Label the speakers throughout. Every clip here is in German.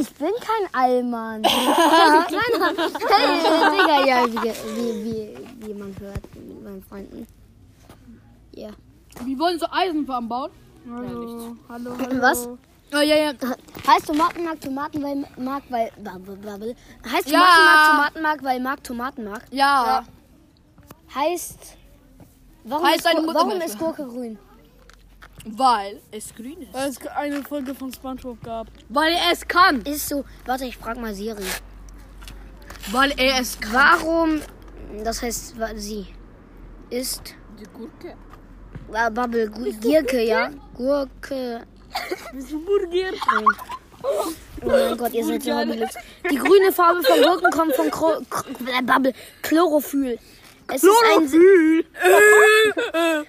Speaker 1: ich bin kein Allmann. Ich bin ein kleiner. Hey, Digga, ja, wie, ge- wie, wie, wie man hört mit meinen Freunden. Ja.
Speaker 2: Wir wollen so Eisenfarben bauen.
Speaker 3: Hallo, hallo,
Speaker 1: Was?
Speaker 2: Oh, ja, ja.
Speaker 1: Heißt Tomaten mag Tomaten, weil mag, weil. blablabla. Heißt Tomaten
Speaker 2: Ja.
Speaker 1: mag Tomaten mag, weil mag Tomaten mag.
Speaker 2: Ja.
Speaker 1: Heißt. Warum,
Speaker 2: Heißt
Speaker 1: ist,
Speaker 2: deine
Speaker 1: Gur-
Speaker 2: Mutter
Speaker 1: warum
Speaker 2: manchmal.
Speaker 1: ist Gurke grün?
Speaker 2: Weil es grün ist.
Speaker 3: Weil es eine Folge von Spongebob gab.
Speaker 2: Weil er es kann.
Speaker 1: Ist so. Warte, ich frag mal Siri.
Speaker 2: Weil er es kann.
Speaker 1: Warum. Das heißt, wa- sie. Ist.
Speaker 2: Die Gurke.
Speaker 1: Äh, Bubble, Gu- Gurke, ja? Gurke.
Speaker 3: Bist du Burger?
Speaker 1: Oh mein Gott, ihr seid so hobbylos. Die grüne Farbe von Gurken kommt von Kro K äh, Bubble. Chlorophyl. Es ist ein.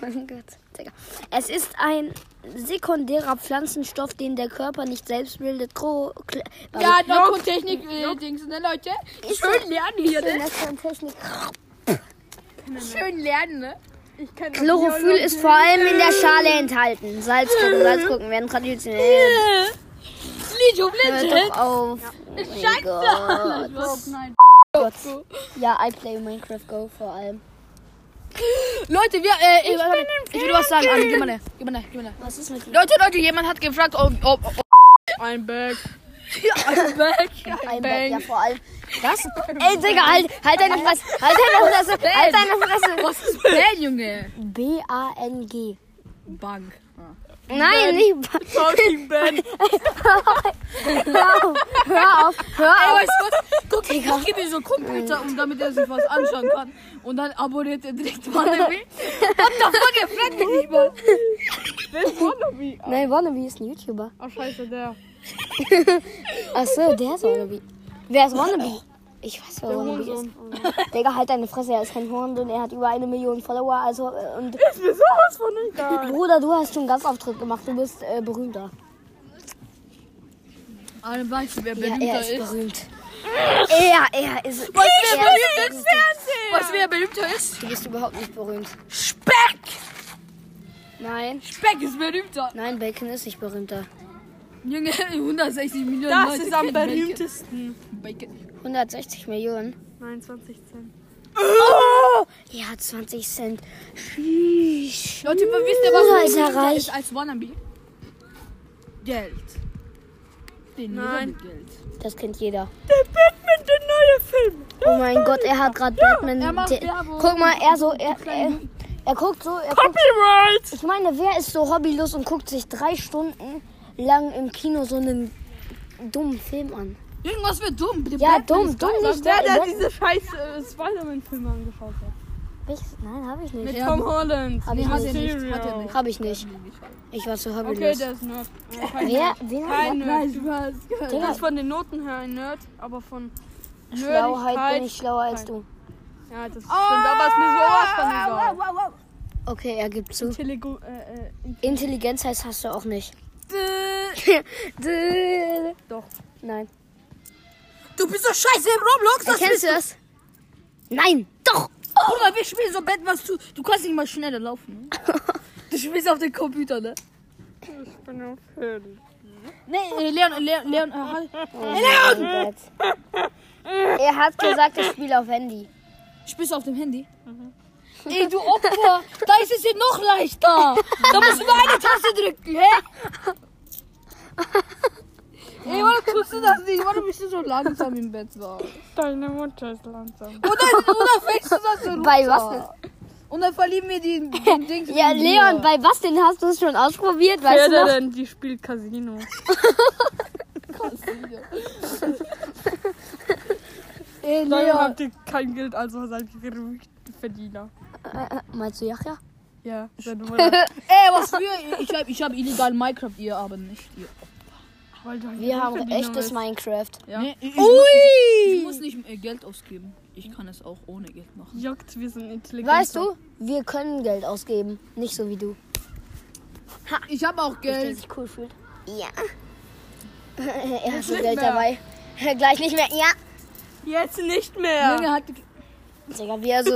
Speaker 1: Mein Gott, Digga. Es ist ein sekundärer Pflanzenstoff, den der Körper nicht selbst bildet. Kro Kl Bubble.
Speaker 2: Ja, Narkotechnik, äh, Dings, ne, Leute? Schön lernen hier,
Speaker 1: Schön,
Speaker 2: ne?
Speaker 1: dass du an Technik.
Speaker 2: Schön lernen, ne?
Speaker 3: Ich kann
Speaker 1: Chlorophyl ist vor allem in der Schale enthalten. Salzgurken, Salzgurken werden traditionell.
Speaker 2: League of
Speaker 1: Hört
Speaker 2: Legends.
Speaker 1: doch auf. Oh mein Gott.
Speaker 3: Nein.
Speaker 1: Ja, I play Minecraft Go vor allem.
Speaker 2: Leute, wir, äh, ich, warte, ich, will was sagen. Anne, gib mal ne, gib mal ne, gib mal ne.
Speaker 1: Was ist mit
Speaker 2: Leute, Leute, jemand hat gefragt, ob, ob, ob
Speaker 3: Ein Bag.
Speaker 2: ein Bag, ein
Speaker 1: Einbett? Ja,
Speaker 2: Bang.
Speaker 1: vor allem. Das? Ey, Digga, halt, halt deine Fresse. Halt deine Fresse. Halt deine Fresse.
Speaker 2: Was ist Bang, Junge?
Speaker 1: B-A-N-G.
Speaker 2: Bank.
Speaker 1: Nein, nicht. ba-
Speaker 3: Talking Bag.
Speaker 1: Hör auf. Hör auf.
Speaker 2: Ey,
Speaker 1: Hör auf.
Speaker 2: weißt du was? Guck, ich gebe ihm so einen Computer, um damit er sich was anschauen kann. Und dann abonniert er direkt Wannabe. What the fuck, er fragt mich niemand.
Speaker 3: Wer ist Wannabe?
Speaker 1: Nein, Wannabe ist ein YouTuber.
Speaker 3: Ach, scheiße, der.
Speaker 1: Achso, der ist Wannabe. Wer ist Wannabe? Ich weiß, wer
Speaker 3: Der
Speaker 1: Wannabe ist.
Speaker 3: Hurensohn.
Speaker 1: Digga, halt deine Fresse. Er ist kein Horn und er hat über eine Million Follower. Also, äh, und
Speaker 3: Ist mir sowas von egal.
Speaker 1: Bruder, du hast schon Gastauftritt gemacht. Du bist äh, berühmter.
Speaker 2: Allen weißt du, wer
Speaker 1: Ja,
Speaker 2: berühmter
Speaker 1: er
Speaker 2: ist.
Speaker 1: ist berühmt. Er, er ist. Was
Speaker 2: wer berühmt ist? Weißt du, wer berühmter ist?
Speaker 1: Du bist überhaupt nicht berühmt.
Speaker 2: Speck!
Speaker 1: Nein.
Speaker 2: Speck ist berühmter.
Speaker 1: Nein, Bacon ist nicht berühmter.
Speaker 2: Junge, 160 Millionen
Speaker 3: Das
Speaker 2: Leute
Speaker 3: ist am
Speaker 2: kennen Bacon.
Speaker 3: berühmtesten.
Speaker 2: Bacon.
Speaker 1: 160 Millionen.
Speaker 3: 29 Cent.
Speaker 1: Ja, 20 Cent. Sheesh.
Speaker 2: Leute, wer- wisst ihr,
Speaker 1: Bruder,
Speaker 2: was
Speaker 1: ist er
Speaker 2: berühmter
Speaker 1: reich.
Speaker 2: ist als Wannabe? Geld. Den
Speaker 3: Nein.
Speaker 2: Nein. Geld.
Speaker 1: Das kennt jeder.
Speaker 3: Der Batman, der neue Film.
Speaker 1: Oh mein Gott, er hat gerade Batman.
Speaker 2: er macht
Speaker 1: der-
Speaker 2: Werbung.
Speaker 1: Guck mal, er so, er, er, er guckt so. Er guckt,
Speaker 3: Copyright.
Speaker 1: ich meine, wer ist so hobbylos und guckt sich drei Stunden lang im Kino so einen dummen Film an?
Speaker 2: Irgendwas wird dumm. Der
Speaker 1: Ja,
Speaker 2: Batman
Speaker 1: dumm,
Speaker 2: ist
Speaker 1: dumm
Speaker 2: geil.
Speaker 1: nicht.
Speaker 3: Der, der
Speaker 1: Batman-
Speaker 3: diese scheiß äh, Spider-Man-Filme angeschaut hat.
Speaker 1: Welches? Nein, habe ich
Speaker 2: Mit-
Speaker 1: nicht.
Speaker 2: Ja.
Speaker 3: Tom Holland.
Speaker 1: Hab
Speaker 2: Nee,
Speaker 1: ich
Speaker 2: hat er
Speaker 1: nicht.
Speaker 2: nicht. Hat er nicht.
Speaker 1: Habe ich nicht. Ich war zu
Speaker 3: Okay,
Speaker 1: hobbylos.
Speaker 3: der ist Nerd. Äh, kein
Speaker 1: wer,
Speaker 3: Nerd.
Speaker 1: wen
Speaker 3: Kein
Speaker 1: hat
Speaker 3: Nerd.
Speaker 2: Was?
Speaker 3: Du
Speaker 1: Digga.
Speaker 3: bist von den Noten her ein Nerd, aber von
Speaker 1: Schlauheit bin
Speaker 3: Nerdigkeit-
Speaker 1: ich schlauer als du.
Speaker 3: Ja, das stimmt, aber es ist mir sowas von egal.
Speaker 1: Okay, er gibt zu.
Speaker 3: Telego äh, äh,
Speaker 1: Intelligenz heißt hast du auch nicht.
Speaker 2: Äh,
Speaker 3: Doch.
Speaker 1: Nein.
Speaker 2: Du bist so scheiße im Roblox. Das
Speaker 1: Erkennst
Speaker 2: bist
Speaker 1: du
Speaker 2: du.
Speaker 1: das? Nein, doch.
Speaker 2: Bruder, wir spielen so Bett, was du. Du kannst nicht mal schneller laufen. Ne? Du spielst auf dem Computer, ne?
Speaker 3: ich bin auf Film.
Speaker 2: Nee, äh, Leon, Leon, Leon. Äh, halt.
Speaker 1: Oh Mein Gott. Er hat gesagt, ich spiele auf Handy.
Speaker 2: Spielst du auf dem Handy? Ey, du Opfer. da ist es ja noch leichter. Da musst du nur eine Taste drücken, hä? Ey, warum tust du das nicht? Warum bist du so langsam im Bett? So?
Speaker 3: Deine Mutter ist langsam.
Speaker 2: Oder, oder fängst du das so
Speaker 1: Bei
Speaker 2: runter? Und dann verlieben wir den, den Dings.
Speaker 1: Ja,
Speaker 2: in dir.
Speaker 1: Leon, bei was denn hast du es schon ausprobiert?
Speaker 3: Wer
Speaker 1: Weißt du noch?
Speaker 3: denn? Die spielt Casino.
Speaker 2: Ey,
Speaker 3: Leider
Speaker 2: Leon.
Speaker 3: habt ihr kein Geld, also seid ihr verrückte Verdiener.
Speaker 1: Äh, äh, meinst du Jaja?
Speaker 3: Ja, seine Mutter.
Speaker 2: Ey, was für. Ich hab, ich hab illegal Minecraft, ihr aber nicht. Ihr.
Speaker 3: Weil du ein
Speaker 1: Wir haben
Speaker 3: Verdiener
Speaker 1: echtes
Speaker 3: bist.
Speaker 1: Minecraft.
Speaker 2: Ja.
Speaker 3: Nee,
Speaker 2: ich, Ui! Ich muss nicht äh, Geld ausgeben. Ich kann es auch ohne Geld machen.
Speaker 3: Juckt, wir sind intelligent.
Speaker 1: Weißt du, wir können Geld ausgeben. Nicht so wie du.
Speaker 2: Ich habe auch
Speaker 1: Der
Speaker 2: Geld.
Speaker 1: sich cool fühlt. Ja. er hat schon
Speaker 3: nicht
Speaker 1: Geld
Speaker 3: mehr.
Speaker 1: dabei. Gleich nicht mehr. Ja.
Speaker 3: Jetzt nicht
Speaker 2: Junge
Speaker 3: mehr.
Speaker 2: hat.
Speaker 1: Digga, wie er so.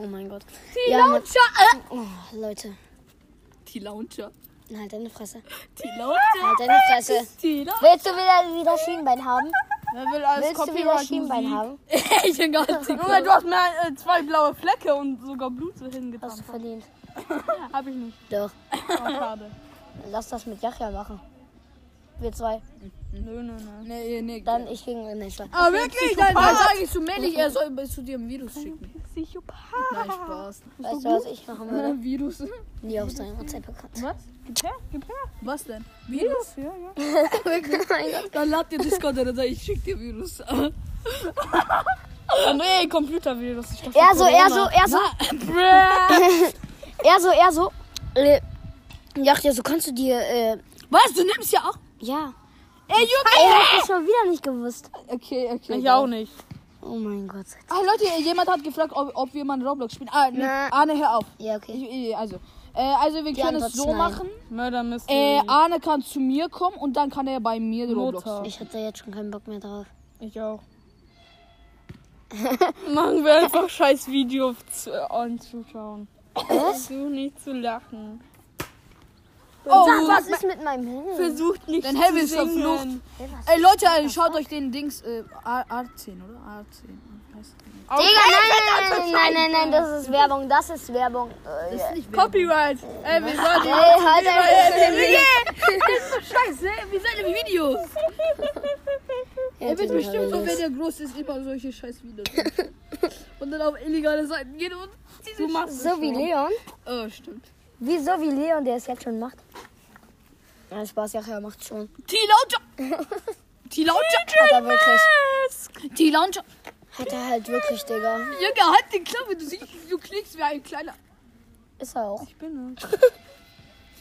Speaker 1: oh mein Gott.
Speaker 2: Die
Speaker 3: ne-
Speaker 1: Ja, Mann.
Speaker 2: Launcher. Äh.
Speaker 1: Oh, Leute.
Speaker 2: Die Launcher.
Speaker 1: Halt deine Fresse.
Speaker 2: Die Leute.
Speaker 1: Halt deine Fresse.
Speaker 2: Die Leute.
Speaker 1: Willst du wieder, wieder Schienbein haben?
Speaker 3: Wer will alles
Speaker 1: Willst du wieder
Speaker 3: Copyright-Musik?
Speaker 1: Schienbein haben?
Speaker 2: Ich halt bin gar nicht.
Speaker 3: Junge, du hast mir äh, zwei blaue Flecke und sogar Blut so hingetan.
Speaker 1: Hast du verdient.
Speaker 3: Hab ich nicht.
Speaker 1: Doch.
Speaker 3: Oh, schade.
Speaker 1: Lass das mit Jachja machen. Wir zwei.
Speaker 3: nö, nö, nö.
Speaker 2: Nee, nee.
Speaker 1: Dann ich gegen den nächsten.
Speaker 2: Ah, wirklich? Dann, dann sage ich zu Melly, er soll bis zu dir ein Virus schicken.
Speaker 3: Psychopath.
Speaker 2: Nein, Spaß.
Speaker 1: Weißt du, was ich machen würde?
Speaker 2: Virus.
Speaker 1: Nie auf seinem WhatsApp-Account.
Speaker 3: Was? Gib her, gib her.
Speaker 2: Was denn? Virus?
Speaker 3: Ja, ja.
Speaker 2: Dann lad dir Discord oder ich schick dir Virus.
Speaker 3: Ah, nee, Computervirus. Ich dachte,
Speaker 1: Er so, er so,
Speaker 3: Corona.
Speaker 1: er so,
Speaker 3: Bruh.
Speaker 1: er so, er so. Äh, Jachja, so kannst du dir, äh,
Speaker 2: Was? Du nimmst ja auch.
Speaker 1: ja.
Speaker 2: Ey, Junge!
Speaker 1: Er hat das schon wieder nicht gewusst.
Speaker 2: Okay, okay.
Speaker 3: Ich auch nicht.
Speaker 1: Oh mein Gott.
Speaker 2: Ah, Leute, jemand hat gefragt, ob, ob wir mal Roblox spielen. Ah, nee.
Speaker 1: Na.
Speaker 2: Arne, hör auf.
Speaker 1: Ja,
Speaker 2: Ich,
Speaker 1: okay.
Speaker 2: ich- also, äh, also wir können es
Speaker 1: Antwort
Speaker 2: so
Speaker 1: ist nein.
Speaker 2: machen.
Speaker 3: Mörder Mystery.
Speaker 2: Äh, Arne kann zu mir kommen und dann kann er bei mir Roblox.
Speaker 3: Mutter.
Speaker 1: Ich hatte jetzt schon keinen Bock mehr drauf.
Speaker 3: Ich auch. Machen wir einfach scheiß Video zu, äh, anzuschauen. Was? Versuch nicht zu lachen.
Speaker 2: Oh,
Speaker 1: was ist mit meinem Handy?
Speaker 3: Versucht nicht
Speaker 2: Dein
Speaker 3: zu singen.
Speaker 2: Helm ist verflucht. Ey, Leute, äh, schaut euch den Dings äh, A- A10, oder? A10. Heißt das?
Speaker 1: Digga, nein, nein, nein, nein, nein, das ist Werbung, das ist Werbung. Äh,
Speaker 2: Das ist nicht Werbung.
Speaker 3: Copyright. Ey, wir sollten...
Speaker 1: Ey, halt deine
Speaker 2: Scheiße, wie seine Videos. Er wird bestimmt so, wenn er groß ist, immer solche scheiß Videos. machen. und dann auf illegale Seiten gehen und diese
Speaker 3: Du machst
Speaker 1: So wie Leon.
Speaker 2: Oh, stimmt.
Speaker 1: Wieso wie Leon, der es jetzt schon macht? Ja, Spaß, ja, er macht schon.
Speaker 2: T-Launcher.
Speaker 1: Hat
Speaker 2: T-Launcher.
Speaker 1: er wirklich.
Speaker 2: T-Launcher.
Speaker 1: Hat er halt wirklich, Digga.
Speaker 2: Junge, halt die Klappe, du, siehst, du klingst wie ein kleiner...
Speaker 1: Ist er auch.
Speaker 3: Ich bin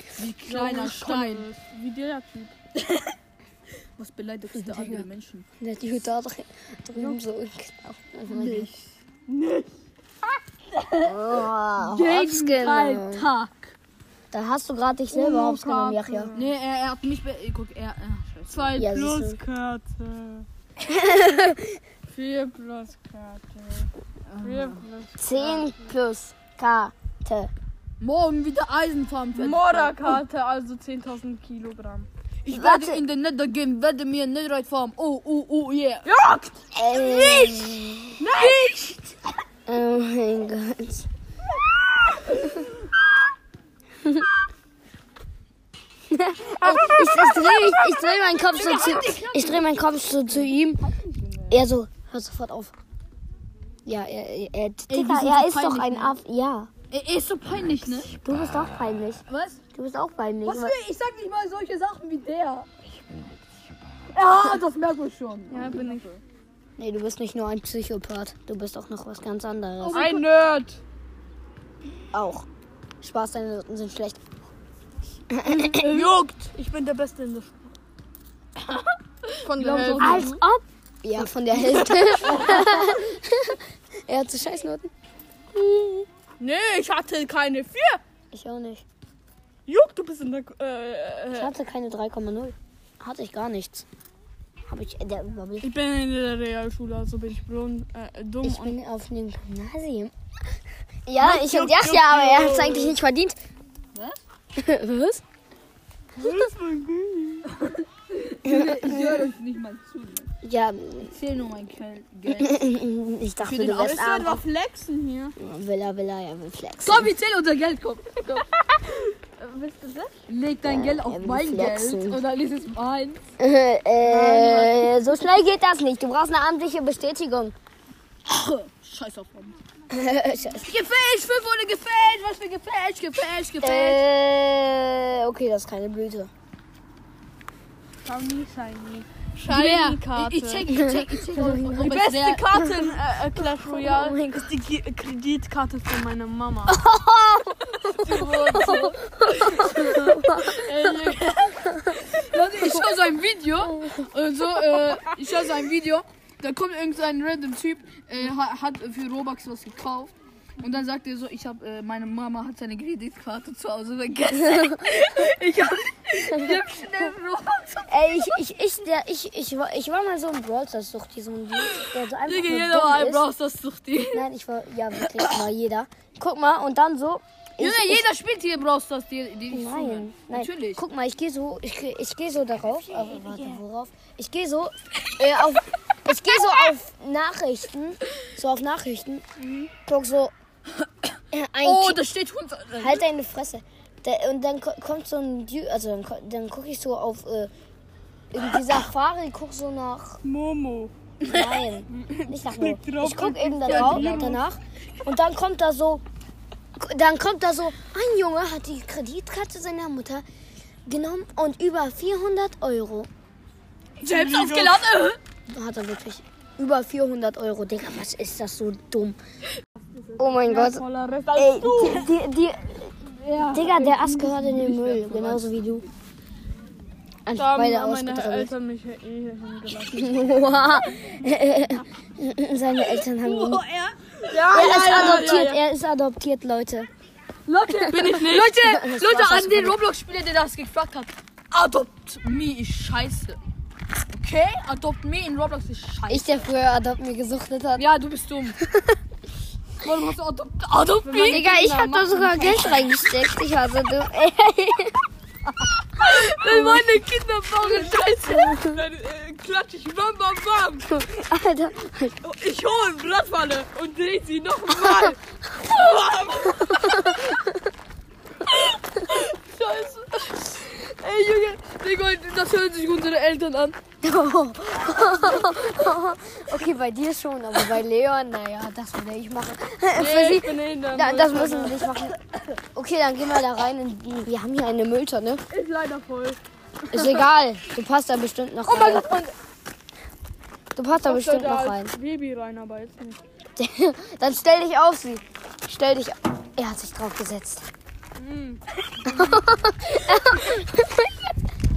Speaker 3: es.
Speaker 2: Wie kleiner Stein.
Speaker 3: Wie der Typ.
Speaker 2: Was beleidigst du andere Menschen?
Speaker 1: Der Dude da dr- drüben so. also, Nicht.
Speaker 2: Nicht.
Speaker 1: Oh,
Speaker 2: Jeden
Speaker 1: Hopskin.
Speaker 2: Tag.
Speaker 1: Da hast du gerade dich selber Hops genommen, Jachja.
Speaker 2: Nee, er, er hat mich... Be äh, guck, er... ah, scheiße.
Speaker 3: Zwei
Speaker 1: Ja, siehst du.
Speaker 3: Pluskarte. Vier Pluskarte. Vier Pluskarte.
Speaker 1: 10 plus Karte.
Speaker 2: Morgen wieder Eisenfarm.
Speaker 3: Morderkarte, also 10.000 Kilogramm.
Speaker 2: Ich
Speaker 1: Warte.
Speaker 2: werde in den Nether gehen, werde mir einen Netherite farmen. Oh, oh, oh, yeah.
Speaker 3: Jagd!
Speaker 1: Ey,
Speaker 3: Nicht!
Speaker 1: oh mein Gott. Oh, ich ich drehe mich, ich dreh meinen Kopf so zu, ich dreh meinen Kopf so zu ihm. Er so, hör sofort auf. Ja, er, er, er, Digga,
Speaker 2: sind
Speaker 1: er
Speaker 2: so
Speaker 1: ist doch
Speaker 2: peinlich,
Speaker 1: ein
Speaker 2: ne?
Speaker 1: Aff. Ja,
Speaker 2: Er er ist so peinlich, ne?
Speaker 1: du bist auch peinlich.
Speaker 2: Was?
Speaker 1: Du bist auch peinlich.
Speaker 2: Was will ich? sag nicht mal solche Sachen wie der. Ja, das merkt man schon.
Speaker 3: Ja, bin ich.
Speaker 1: Nee, du bist nicht nur ein Psychopath. Du bist auch noch was ganz anderes.
Speaker 3: Ein Nerd!
Speaker 1: Auch. Spaß, deine Noten sind schlecht.
Speaker 3: Juckt! Äh, Ich bin der Beste in der Schule. Von der
Speaker 2: Glaubst du-
Speaker 3: Hälfte.
Speaker 1: Als ob. Ja, von der Hälfte. er hat so Scheißnoten.
Speaker 3: Nee, ich hatte keine vier.
Speaker 1: Ich auch nicht.
Speaker 3: Juckt, du bist in der... Äh,
Speaker 1: Ich
Speaker 3: äh,
Speaker 1: hatte keine 3,0. Hatte ich gar nichts. Habe ich. äh, Der Überblick.
Speaker 3: ich bin in der Realschule, also bin ich blond, äh, dumm
Speaker 1: Ich
Speaker 3: und...
Speaker 1: bin auf dem Gymnasium. Ja, ich
Speaker 3: juck,
Speaker 1: und Jascha, aber er
Speaker 3: juck.
Speaker 1: hat es eigentlich nicht verdient. Was?
Speaker 2: Ich höre euch nicht mal zu.
Speaker 1: Ja,
Speaker 2: Zähl nur mein Geld. Geld.
Speaker 1: ich dachte, du
Speaker 3: Aber ich
Speaker 1: wärst
Speaker 3: soll
Speaker 1: arm.
Speaker 3: etwa flexen hier.
Speaker 1: Villa, Villa, ja, will flexen.
Speaker 2: Komm, wir zählen unser Geld. Komm, komm.
Speaker 3: Willst du das?
Speaker 2: Leg dein Geld auf
Speaker 1: er will
Speaker 2: mein
Speaker 1: flexen.
Speaker 2: Geld und dann ist es meins.
Speaker 1: Äh, äh, so schnell geht das nicht. Du brauchst eine amtliche Bestätigung.
Speaker 2: Scheiß auf uns.
Speaker 1: Scheiße.
Speaker 2: Gefälscht, 5 wurde gefälscht. Was für gefälscht, gefälscht, gefälscht.
Speaker 1: Äh, okay, das ist keine Blüte.
Speaker 3: Shiny, shiny.
Speaker 2: Äh, Wer?
Speaker 3: Shiny Karte.
Speaker 2: Ich, ich check, ich check, ich check.
Speaker 3: Die beste Karte in äh, äh, Clash Royale ist die Ki- Kreditkarte von meiner Mama.
Speaker 2: Leute, ich schaue so ein Video und so, äh, ich schaue so ein Video, da kommt irgend so ein random Typ, äh, ha- hat für Robux was gekauft und dann sagt er so, ich habe, äh, meine Mama hat seine Kreditkarte zu Hause vergessen. Ich habe ich hab schnell Robux.
Speaker 1: Ey, ich, ich, ich, der, ich, ich, war, ich war mal so im Brawl Stars sucht diesen Dude, der so einfach
Speaker 2: Digga,
Speaker 1: nur
Speaker 2: jeder
Speaker 1: dumm
Speaker 2: mal
Speaker 1: ist.
Speaker 2: brauchst das doch die.
Speaker 1: Nein, ich war, ja wirklich, war jeder. Guck mal, und dann so,
Speaker 2: Junge,
Speaker 1: ich-
Speaker 2: jeder spielt hier Brawl Stars, die, die nicht
Speaker 1: Nein,
Speaker 2: zuhören.
Speaker 1: nein.
Speaker 2: Natürlich.
Speaker 1: Guck mal, ich gehe so, ich, geh- ich gehe so darauf. Aber warte, worauf? Ich gehe so äh, auf, ich gehe so auf Nachrichten, so auf Nachrichten. Guck so äh, ein
Speaker 2: Oh,
Speaker 1: Ki-
Speaker 2: da steht Hund. Äh,
Speaker 1: halt deine Fresse. Da, und dann ko- kommt so ein, Dü- also dann, ko- dann gucke ich so auf äh, irgendwie Safari, guck so nach
Speaker 3: Momo.
Speaker 1: Nein, nicht nach Null.
Speaker 3: drauf
Speaker 1: Ich guck
Speaker 3: und
Speaker 1: eben da
Speaker 3: ja, genau.
Speaker 1: drauf,
Speaker 3: Virus.
Speaker 1: danach und dann kommt da so, dann kommt da so, ein Junge hat die Kreditkarte seiner Mutter genommen und über 400 Euro
Speaker 2: Selbst aufgeladen.
Speaker 1: hat er wirklich. Über 400 Euro, Digga, was ist das so dumm? Oh mein Gott.
Speaker 3: Voller Riss.
Speaker 1: Ey, die, die, die, Digga, der Ast gehört in den Müll, genauso wie du. An
Speaker 3: Da haben
Speaker 1: beide
Speaker 3: meine
Speaker 1: ausgedrückt.
Speaker 3: Eltern mich eh hier hingelassen.
Speaker 1: Seine Eltern haben ihn.
Speaker 3: Oh, Ja,
Speaker 1: Er ist adoptiert, er ist adoptiert, Leute.
Speaker 3: Leute, bin ich nicht.
Speaker 2: Leute,
Speaker 1: Spaß,
Speaker 2: Leute,
Speaker 1: hast
Speaker 2: an
Speaker 1: du
Speaker 2: den
Speaker 1: verloren.
Speaker 2: Roblox-Spieler, der das gefragt hat. Adopt me ist scheiße. Okay? Adopt me in Roblox ist scheiße.
Speaker 1: Ich, der früher Adopt mir gesuchtet hat.
Speaker 2: ja, du bist dumm. Warum hast du Adopt, Adopt me?
Speaker 1: Digga, ich hab da sogar Geld reingesteckt. Ich war so dumm. Ey,
Speaker 2: Wenn meine Kinder bauen, scheiße.
Speaker 3: Dann äh, klatsch ich bam, bam, bam.
Speaker 1: Alter.
Speaker 3: Oh, Ich hole Blattfalle und dreh sie
Speaker 2: um.
Speaker 3: nochmal.
Speaker 2: Scheiße. Ey, Junge, Digga, das hören sich unsere Eltern an.
Speaker 1: Okay, bei dir schon, aber bei Leon, naja, das würde ich machen. Für
Speaker 3: Nee,
Speaker 1: sie,
Speaker 3: ich bin eh hinter.
Speaker 1: da, das müssen wir nicht machen. Okay, dann gehen wir da rein. In die, wir haben hier eine Mülltonne. ne?
Speaker 3: Ist leider voll.
Speaker 1: Ist egal. Du passt da bestimmt noch rein. Du passt da bestimmt
Speaker 3: Sollte
Speaker 1: noch
Speaker 3: als
Speaker 1: rein.
Speaker 3: Baby rein, aber jetzt nicht.
Speaker 1: Dann stell dich auf sie. Stell dich. Er hat sich drauf gesetzt. Hm.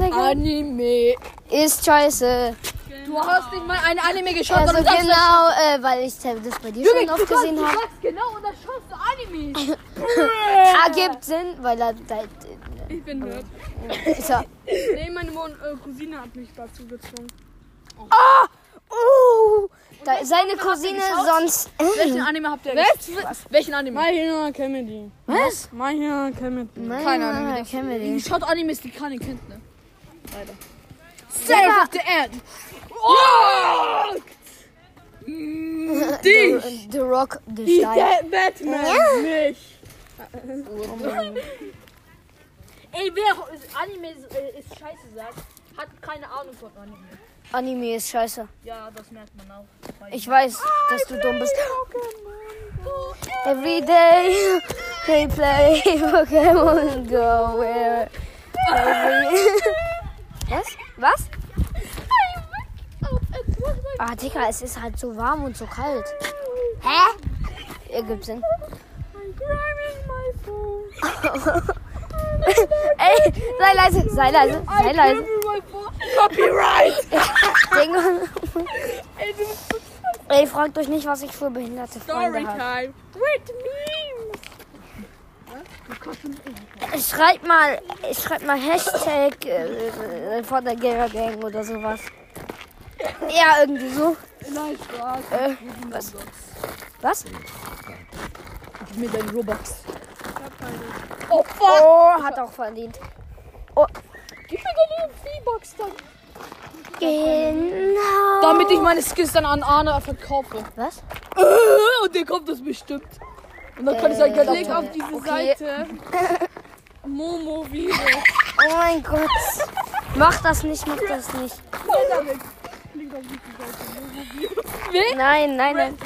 Speaker 1: Digga,
Speaker 2: Anime.
Speaker 1: Ist scheiße.
Speaker 2: Du hast nicht mal ein Anime geschaut,
Speaker 1: Also
Speaker 2: sondern sagst du-
Speaker 1: genau, äh, weil ich das bei dir schon oft gesehen
Speaker 2: du
Speaker 1: habe.
Speaker 2: sagst genau und dann schaust du Anime.
Speaker 1: Ah, gibt Sinn, weil er da,
Speaker 3: Ich bin nerd.
Speaker 1: ist er.
Speaker 3: Nee, meine Mon äh, Cousine hat mich dazu gezwungen.
Speaker 1: Oh, da, seine Cousine sonst.
Speaker 2: Welchen Anime habt ihr gesehen? Welchen Anime?
Speaker 3: My Hero Comedy.
Speaker 1: Was?
Speaker 3: My Hero Comedy.
Speaker 1: Keine Ahnung. Kennen wir den.
Speaker 2: Schaut Animes, die keine kennt, ne? Leider.
Speaker 1: Digga.
Speaker 2: Save at the end. Oh!
Speaker 3: Mm.
Speaker 2: Dich!
Speaker 1: The, The Rock, The
Speaker 3: Die
Speaker 1: Stein.
Speaker 3: der Batman, nicht.
Speaker 2: Ey, wer Anime ist, äh, ist scheiße sagt, hat keine Ahnung von Anime.
Speaker 1: Anime ist scheiße.
Speaker 2: Ja, das merkt man auch.
Speaker 1: Ich weiß, dass du dumm bist. Every day they play Pokémon Go where every Was? Was? Ah, Digga, es ist halt so warm und so kalt. Hä? Ihr gibt Sinn. Ey, sei leise, sei leise, sei leise.
Speaker 3: Copyright!
Speaker 1: Ding.
Speaker 3: Ey, du bist so
Speaker 1: Ey, fragt euch nicht, was ich für behinderte Freunde habe.
Speaker 3: Storytime. With memes.
Speaker 1: Schreibt mal, schreibt mal Hashtag äh, äh, von der Gamer Gang oder sowas. Ja, irgendwie so.
Speaker 2: Nein, Spaß.
Speaker 1: Äh, was? Was?
Speaker 2: Gib mir deinen Robux.
Speaker 3: Ich hab keine.
Speaker 2: Oh, fuck.
Speaker 1: Oh, hat auch verdient. Oh.
Speaker 2: Gib mir deine V-Box dann.
Speaker 1: Genau.
Speaker 2: Damit ich meine Skins dann an Arne verkaufe.
Speaker 1: Was?
Speaker 2: Äh, Und der kommt das bestimmt. Und dann kann ich sein Geld
Speaker 3: Klick auf diese
Speaker 1: Äh, Okay.
Speaker 3: Seite. Momo Video.
Speaker 1: Oh mein Gott. Mach das nicht, mach das nicht. Nein, nein, nein. Nein,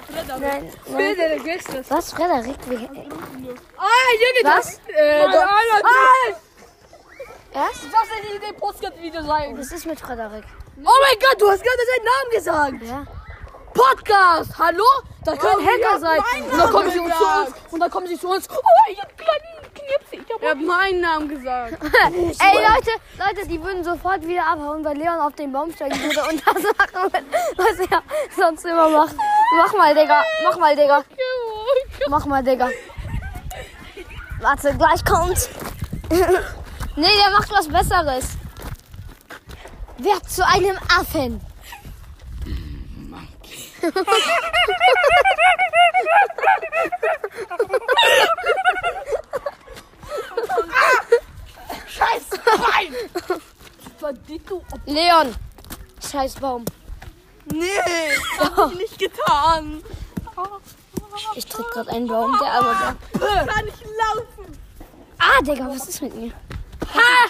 Speaker 1: nein.
Speaker 2: Bilder, der Gäste.
Speaker 1: Was, Frederik? Wie-
Speaker 2: Ah, Junge,
Speaker 1: Was?
Speaker 2: das. Äh,
Speaker 1: Mann,
Speaker 2: das-
Speaker 3: Alter,
Speaker 2: ah,
Speaker 1: Was?
Speaker 2: das soll nicht in dem Podcast-Video sein.
Speaker 1: Was ist mit Frederik?
Speaker 2: Oh mein Gott, du hast gerade seinen Namen gesagt.
Speaker 1: Mhm. Ja. Oh,
Speaker 2: Podcast, hallo? Da können Hacker sein. Und dann kommen sie uns zu uns. Und dann kommen sie zu uns. Oh, ich hab kleinen Knipsi. Ich hab
Speaker 3: Er hat meinen Namen gesagt.
Speaker 1: Ey, Leute, Leute, die würden sofort wieder abhauen, weil Leon auf den Baum steigen würde und das machen würde, was er sonst immer macht. Mach mal, Digga. Mach mal, Digga. Mach mal, Digga. Warte, gleich kommt. nee, der macht was Besseres. Werd zu einem Affen. Leon. Scheiß Baum.
Speaker 3: Nee, das hab ich nicht getan.
Speaker 1: Ich tritt gerade einen Baum, der arme Baum.
Speaker 3: Ich kann nicht laufen.
Speaker 1: Ah, Digga, was ist mit mir? Ha!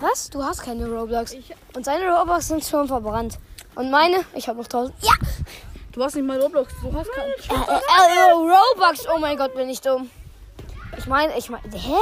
Speaker 1: Was? Du hast keine Roblox. Und seine Roblox sind schon verbrannt. Und meine? Ich habe noch 1000. Ja!
Speaker 2: Du hast nicht mal Roblox, du hast keinen.
Speaker 1: Äh, äh, äh, Robux. Oh mein Gott, bin ich dumm. Ich meine, ich meine, hä?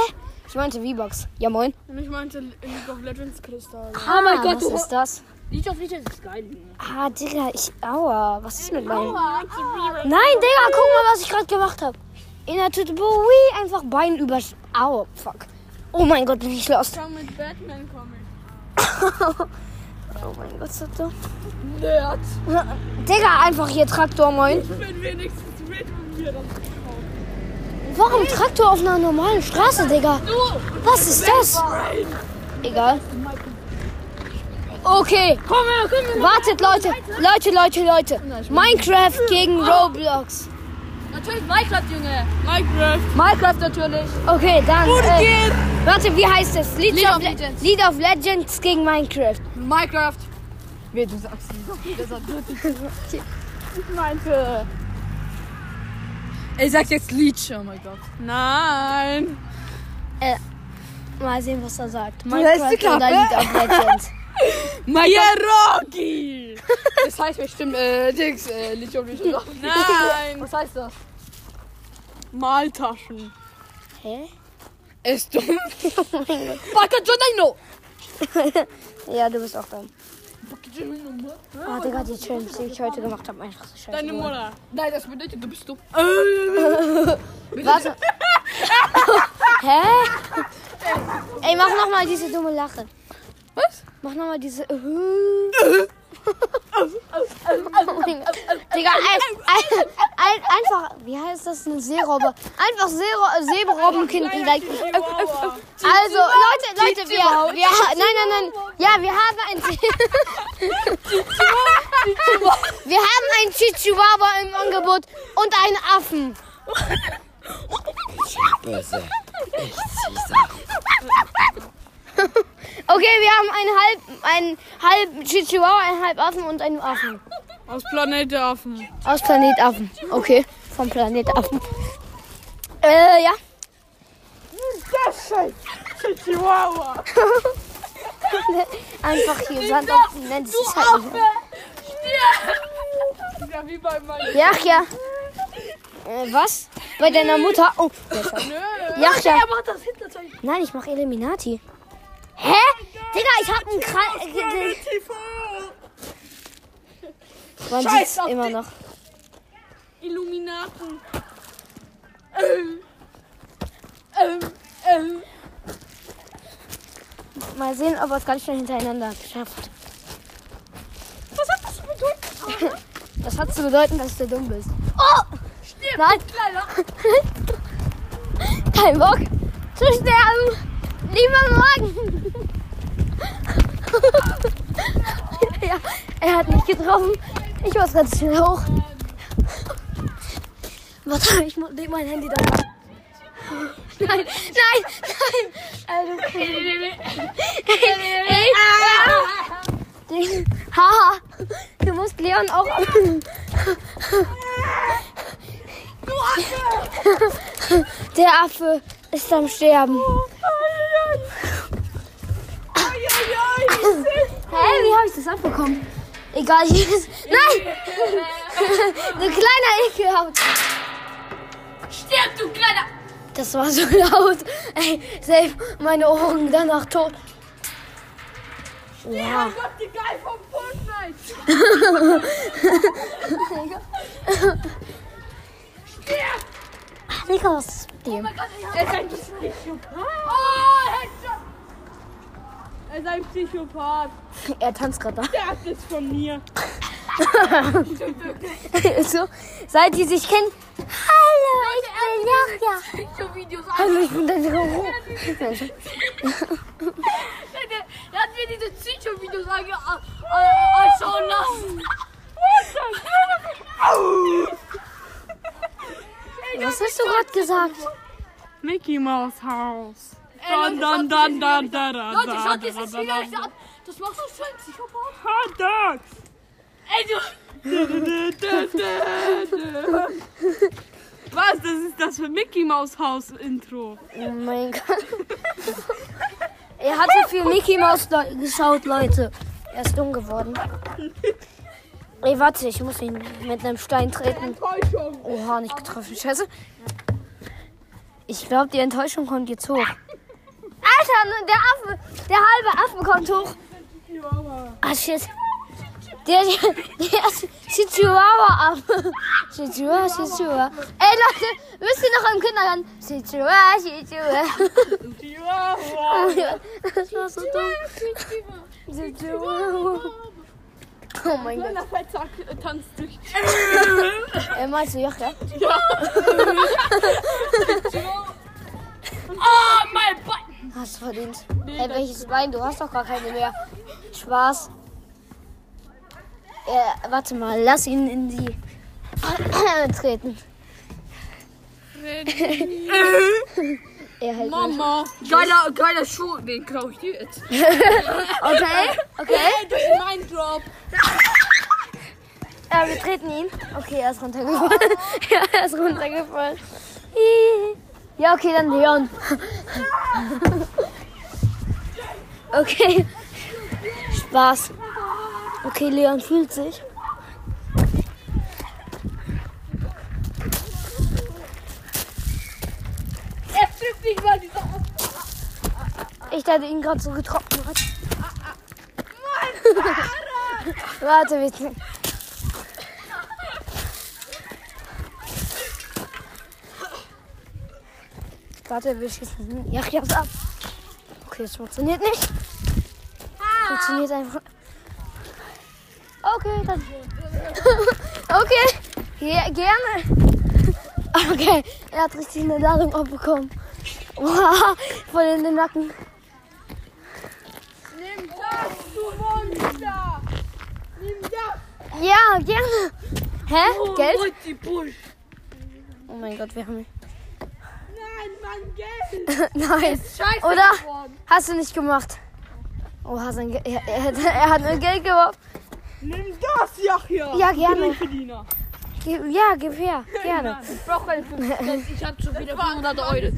Speaker 1: Ich meinte V-Bucks. Ja, moin.
Speaker 3: Und ich meinte League of Legends Kristall.
Speaker 1: Ah, mein Gott, was ist das?
Speaker 2: League of Legends ist geil.
Speaker 1: Ah, Digga, ich. Aua, was ist mit meinem. Nein, Digga, guck mal, was ich gerade gemacht habe. In der Tüte Bowie einfach Bein über. Aua, fuck. Oh mein Gott, bin ich lost.
Speaker 3: Kann mit Batman kommen.
Speaker 1: Oh mein Gott, ist das dumm.
Speaker 3: Nerd.
Speaker 1: Digga, einfach hier Traktor, moin.
Speaker 3: Ich bin wenigstens mit und wir dann.
Speaker 1: Warum Traktor auf einer normalen Straße, Digga? Was ist das? Egal. Okay. Wartet, Leute. Leute, Leute, Leute. Minecraft gegen Roblox.
Speaker 2: Natürlich Minecraft, Junge.
Speaker 3: Minecraft.
Speaker 2: Minecraft natürlich.
Speaker 1: Okay, dann. Äh,
Speaker 3: Geht.
Speaker 1: warte, wie heißt es? League,
Speaker 2: League
Speaker 1: of,
Speaker 2: of
Speaker 1: Le
Speaker 2: Legends.
Speaker 1: League of Legends gegen Minecraft.
Speaker 2: Minecraft. Wie du sagst, das hat
Speaker 3: Ich meinte.
Speaker 2: Ich sag jetzt Leech, oh mein Gott.
Speaker 3: Nein.
Speaker 1: Mal sehen, was er sagt.
Speaker 2: hältst die
Speaker 1: Minecraft oder
Speaker 2: Klappe.
Speaker 1: League of Legends.
Speaker 3: Pierogi.
Speaker 2: Das heißt bestimmt, äh, Dings, äh, Leech of Legends.
Speaker 3: Nein.
Speaker 2: Was heißt das?
Speaker 3: Maltaschen.
Speaker 1: Hä?
Speaker 2: Ist dumm. Baka Jonino.
Speaker 1: Ja, du bist auch dumm.
Speaker 2: Baka Jonino.
Speaker 1: Oh, Digga, die Challenge, die ich heute gemacht habe, einfach so scheiße.
Speaker 3: Deine Mutter.
Speaker 2: Nein, das bedeutet, du bist dumm.
Speaker 1: Warte. Hä? Ey, mach nochmal diese dumme Lache.
Speaker 2: Was?
Speaker 1: Mach nochmal diese. äh, oh mein Gott. Digga, ein, ein, ein, einfach. Wie heißt das? Eine Seerobbe. Einfach Seero- Seerobbenkind. Like.
Speaker 3: Chihuahua.
Speaker 1: Also, Leute, Leute, wir. wir ha- nein, nein, nein. Ja, wir haben ein. wir haben ein Chihuahua im Angebot und einen Affen.
Speaker 4: Böse.
Speaker 1: Okay, wir haben einen halb, einen halb Chihuahua, einen halb Affen und einen Affen.
Speaker 3: Aus Planet der Affen.
Speaker 1: Aus Planet Affen. Okay, vom Planet Affen. Äh, ja.
Speaker 3: Chihuahua.
Speaker 1: Einfach hier Sand auf nennt es halt.
Speaker 3: Ja, wie bei meinem.
Speaker 1: Ja, ja. Äh, was? Bei deiner Mutter? Oh, ja, ja.
Speaker 3: macht das Hinterteil.
Speaker 1: Nein, ich mach Eliminati. Hä?
Speaker 3: Oh
Speaker 1: Digga, ich hab einen Kreis.
Speaker 3: TV.
Speaker 1: Man
Speaker 3: Scheiß
Speaker 1: sieht's
Speaker 3: auf
Speaker 1: immer
Speaker 3: dich.
Speaker 1: noch.
Speaker 3: Illuminaten.
Speaker 1: Mal sehen, ob er es ganz schnell hintereinander geschafft.
Speaker 3: Was hat das zu bedeuten?
Speaker 1: Das hat zu bedeuten, dass du dumm bist. Oh! Nein. Kein Bock zu sterben. Lieber morgen. ja, er hat mich getroffen. Ich war ganz schnell hoch. Warte, ich mu- leg mein Handy da. rein. Nein, nein, nein. Alter, ey, ey. Haha, du musst Leon auch. Der Affe ist am Sterben.
Speaker 2: Oh,
Speaker 1: Hä, hey, wie habe ich das abbekommen? Egal, ich Nein! du kleiner Ekelhaut.
Speaker 2: Stirb, du kleiner.
Speaker 1: Das war so laut. Ey, safe, meine Ohren danach tot. Ja.
Speaker 3: Gott, die Geil vom Fortnite.
Speaker 1: Digga, was ist mit dem?
Speaker 3: Oh Er ist ein Psychopath. Oh, Headshot. Er ist ein Psychopath.
Speaker 1: Er tanzt gerade
Speaker 3: Der hat es von mir.
Speaker 1: da. so, seit die sich kennen. Hallo, ich bin
Speaker 2: Videos an.
Speaker 1: Jaja. Hallo, ich bin dein Also, Robo.
Speaker 2: Er hat mir diese Psycho-Videos ange- a- a- anschauen lassen.
Speaker 1: Was hast du gerade gesagt?
Speaker 3: Mickey Mouse Haus.
Speaker 2: Ey, Leute,
Speaker 3: Dun, dun, dun,
Speaker 2: schaut
Speaker 3: dun, dun, dun,
Speaker 2: Leute, Äh, schaut
Speaker 3: dun,
Speaker 2: dieses
Speaker 3: dun,
Speaker 2: Video
Speaker 3: dun,
Speaker 2: euch an. Das machst du schön, Psychopath.
Speaker 3: Hot Dogs.
Speaker 2: Ey, du.
Speaker 3: Was? Das ist das für Mickey Mouse Haus Intro.
Speaker 1: Oh mein Gott. er hat so viel Mickey Mouse le geschaut, Leute. Er ist dumm geworden. Ey, warte, ich muss ihn mit einem Stein treten.
Speaker 2: Enttäuschung.
Speaker 1: Oha, nicht getroffen. Scheiße. Ich glaube, die Enttäuschung kommt jetzt hoch. Alter, der Affe, der halbe Affe kommt hoch. Ah, shit. Der, der, der Chihuahua-Affe. Chihuahua, Chihuahua. Ey, Leute, wisst ihr noch im Kindergarten? Chihuahua, Chihuahua. Das war so dumm. Chihuahua. Oh mein Gott.
Speaker 3: Der Fettsack tanzt durch.
Speaker 1: Äh, meinst du Joche?
Speaker 2: Ah, mein Bein.
Speaker 1: Hast du verdient. Hey, welches Bein? Du hast doch gar keine mehr. Spaß. Äh, warte mal, lass ihn in die treten. er hält mich.
Speaker 2: Mama. Geiler, geiler Schuh. Den klaue ich dir jetzt.
Speaker 1: Okay, okay.
Speaker 2: Ey, das ist mein Drop.
Speaker 1: Äh, wir treten ihn. Okay, er ist runtergefallen. ja, er ist runtergefallen. Hihi. Ja, okay, dann Leon. okay. Spaß. Okay, Leon fühlt sich.
Speaker 2: Er trifft nicht mal dieser
Speaker 1: Ich dachte, ihn gerade so getroffen hat. Warte, wir sind. Warte, wir schießen. Ja, ich hab's ab. Okay, das funktioniert nicht. Funktioniert einfach. Okay, dann. okay, Ge gerne. Okay, er hat richtig eine Ladung abbekommen. Wow, voll in den Nacken.
Speaker 2: Nimm das, du Monster! Nimm das!
Speaker 1: Ja, gerne. Hä? Geld?
Speaker 2: Und die Busch!
Speaker 1: Oh mein Gott, wir haben.
Speaker 2: Nein, Mann, Geld!
Speaker 1: Nein.
Speaker 2: Scheiße
Speaker 1: Oder?
Speaker 2: geworden.
Speaker 1: Hast du nicht gemacht. Oha, sein Ge er, er, hat- er hat nur Geld geworfen.
Speaker 3: Nimm das, Jachja.
Speaker 1: Ja, gerne.
Speaker 3: Geldverdiener.
Speaker 1: Ge ja, gib her. Gerne.
Speaker 2: Ich brauch keine 50 Cent, ich hab schon wieder 500 Euro.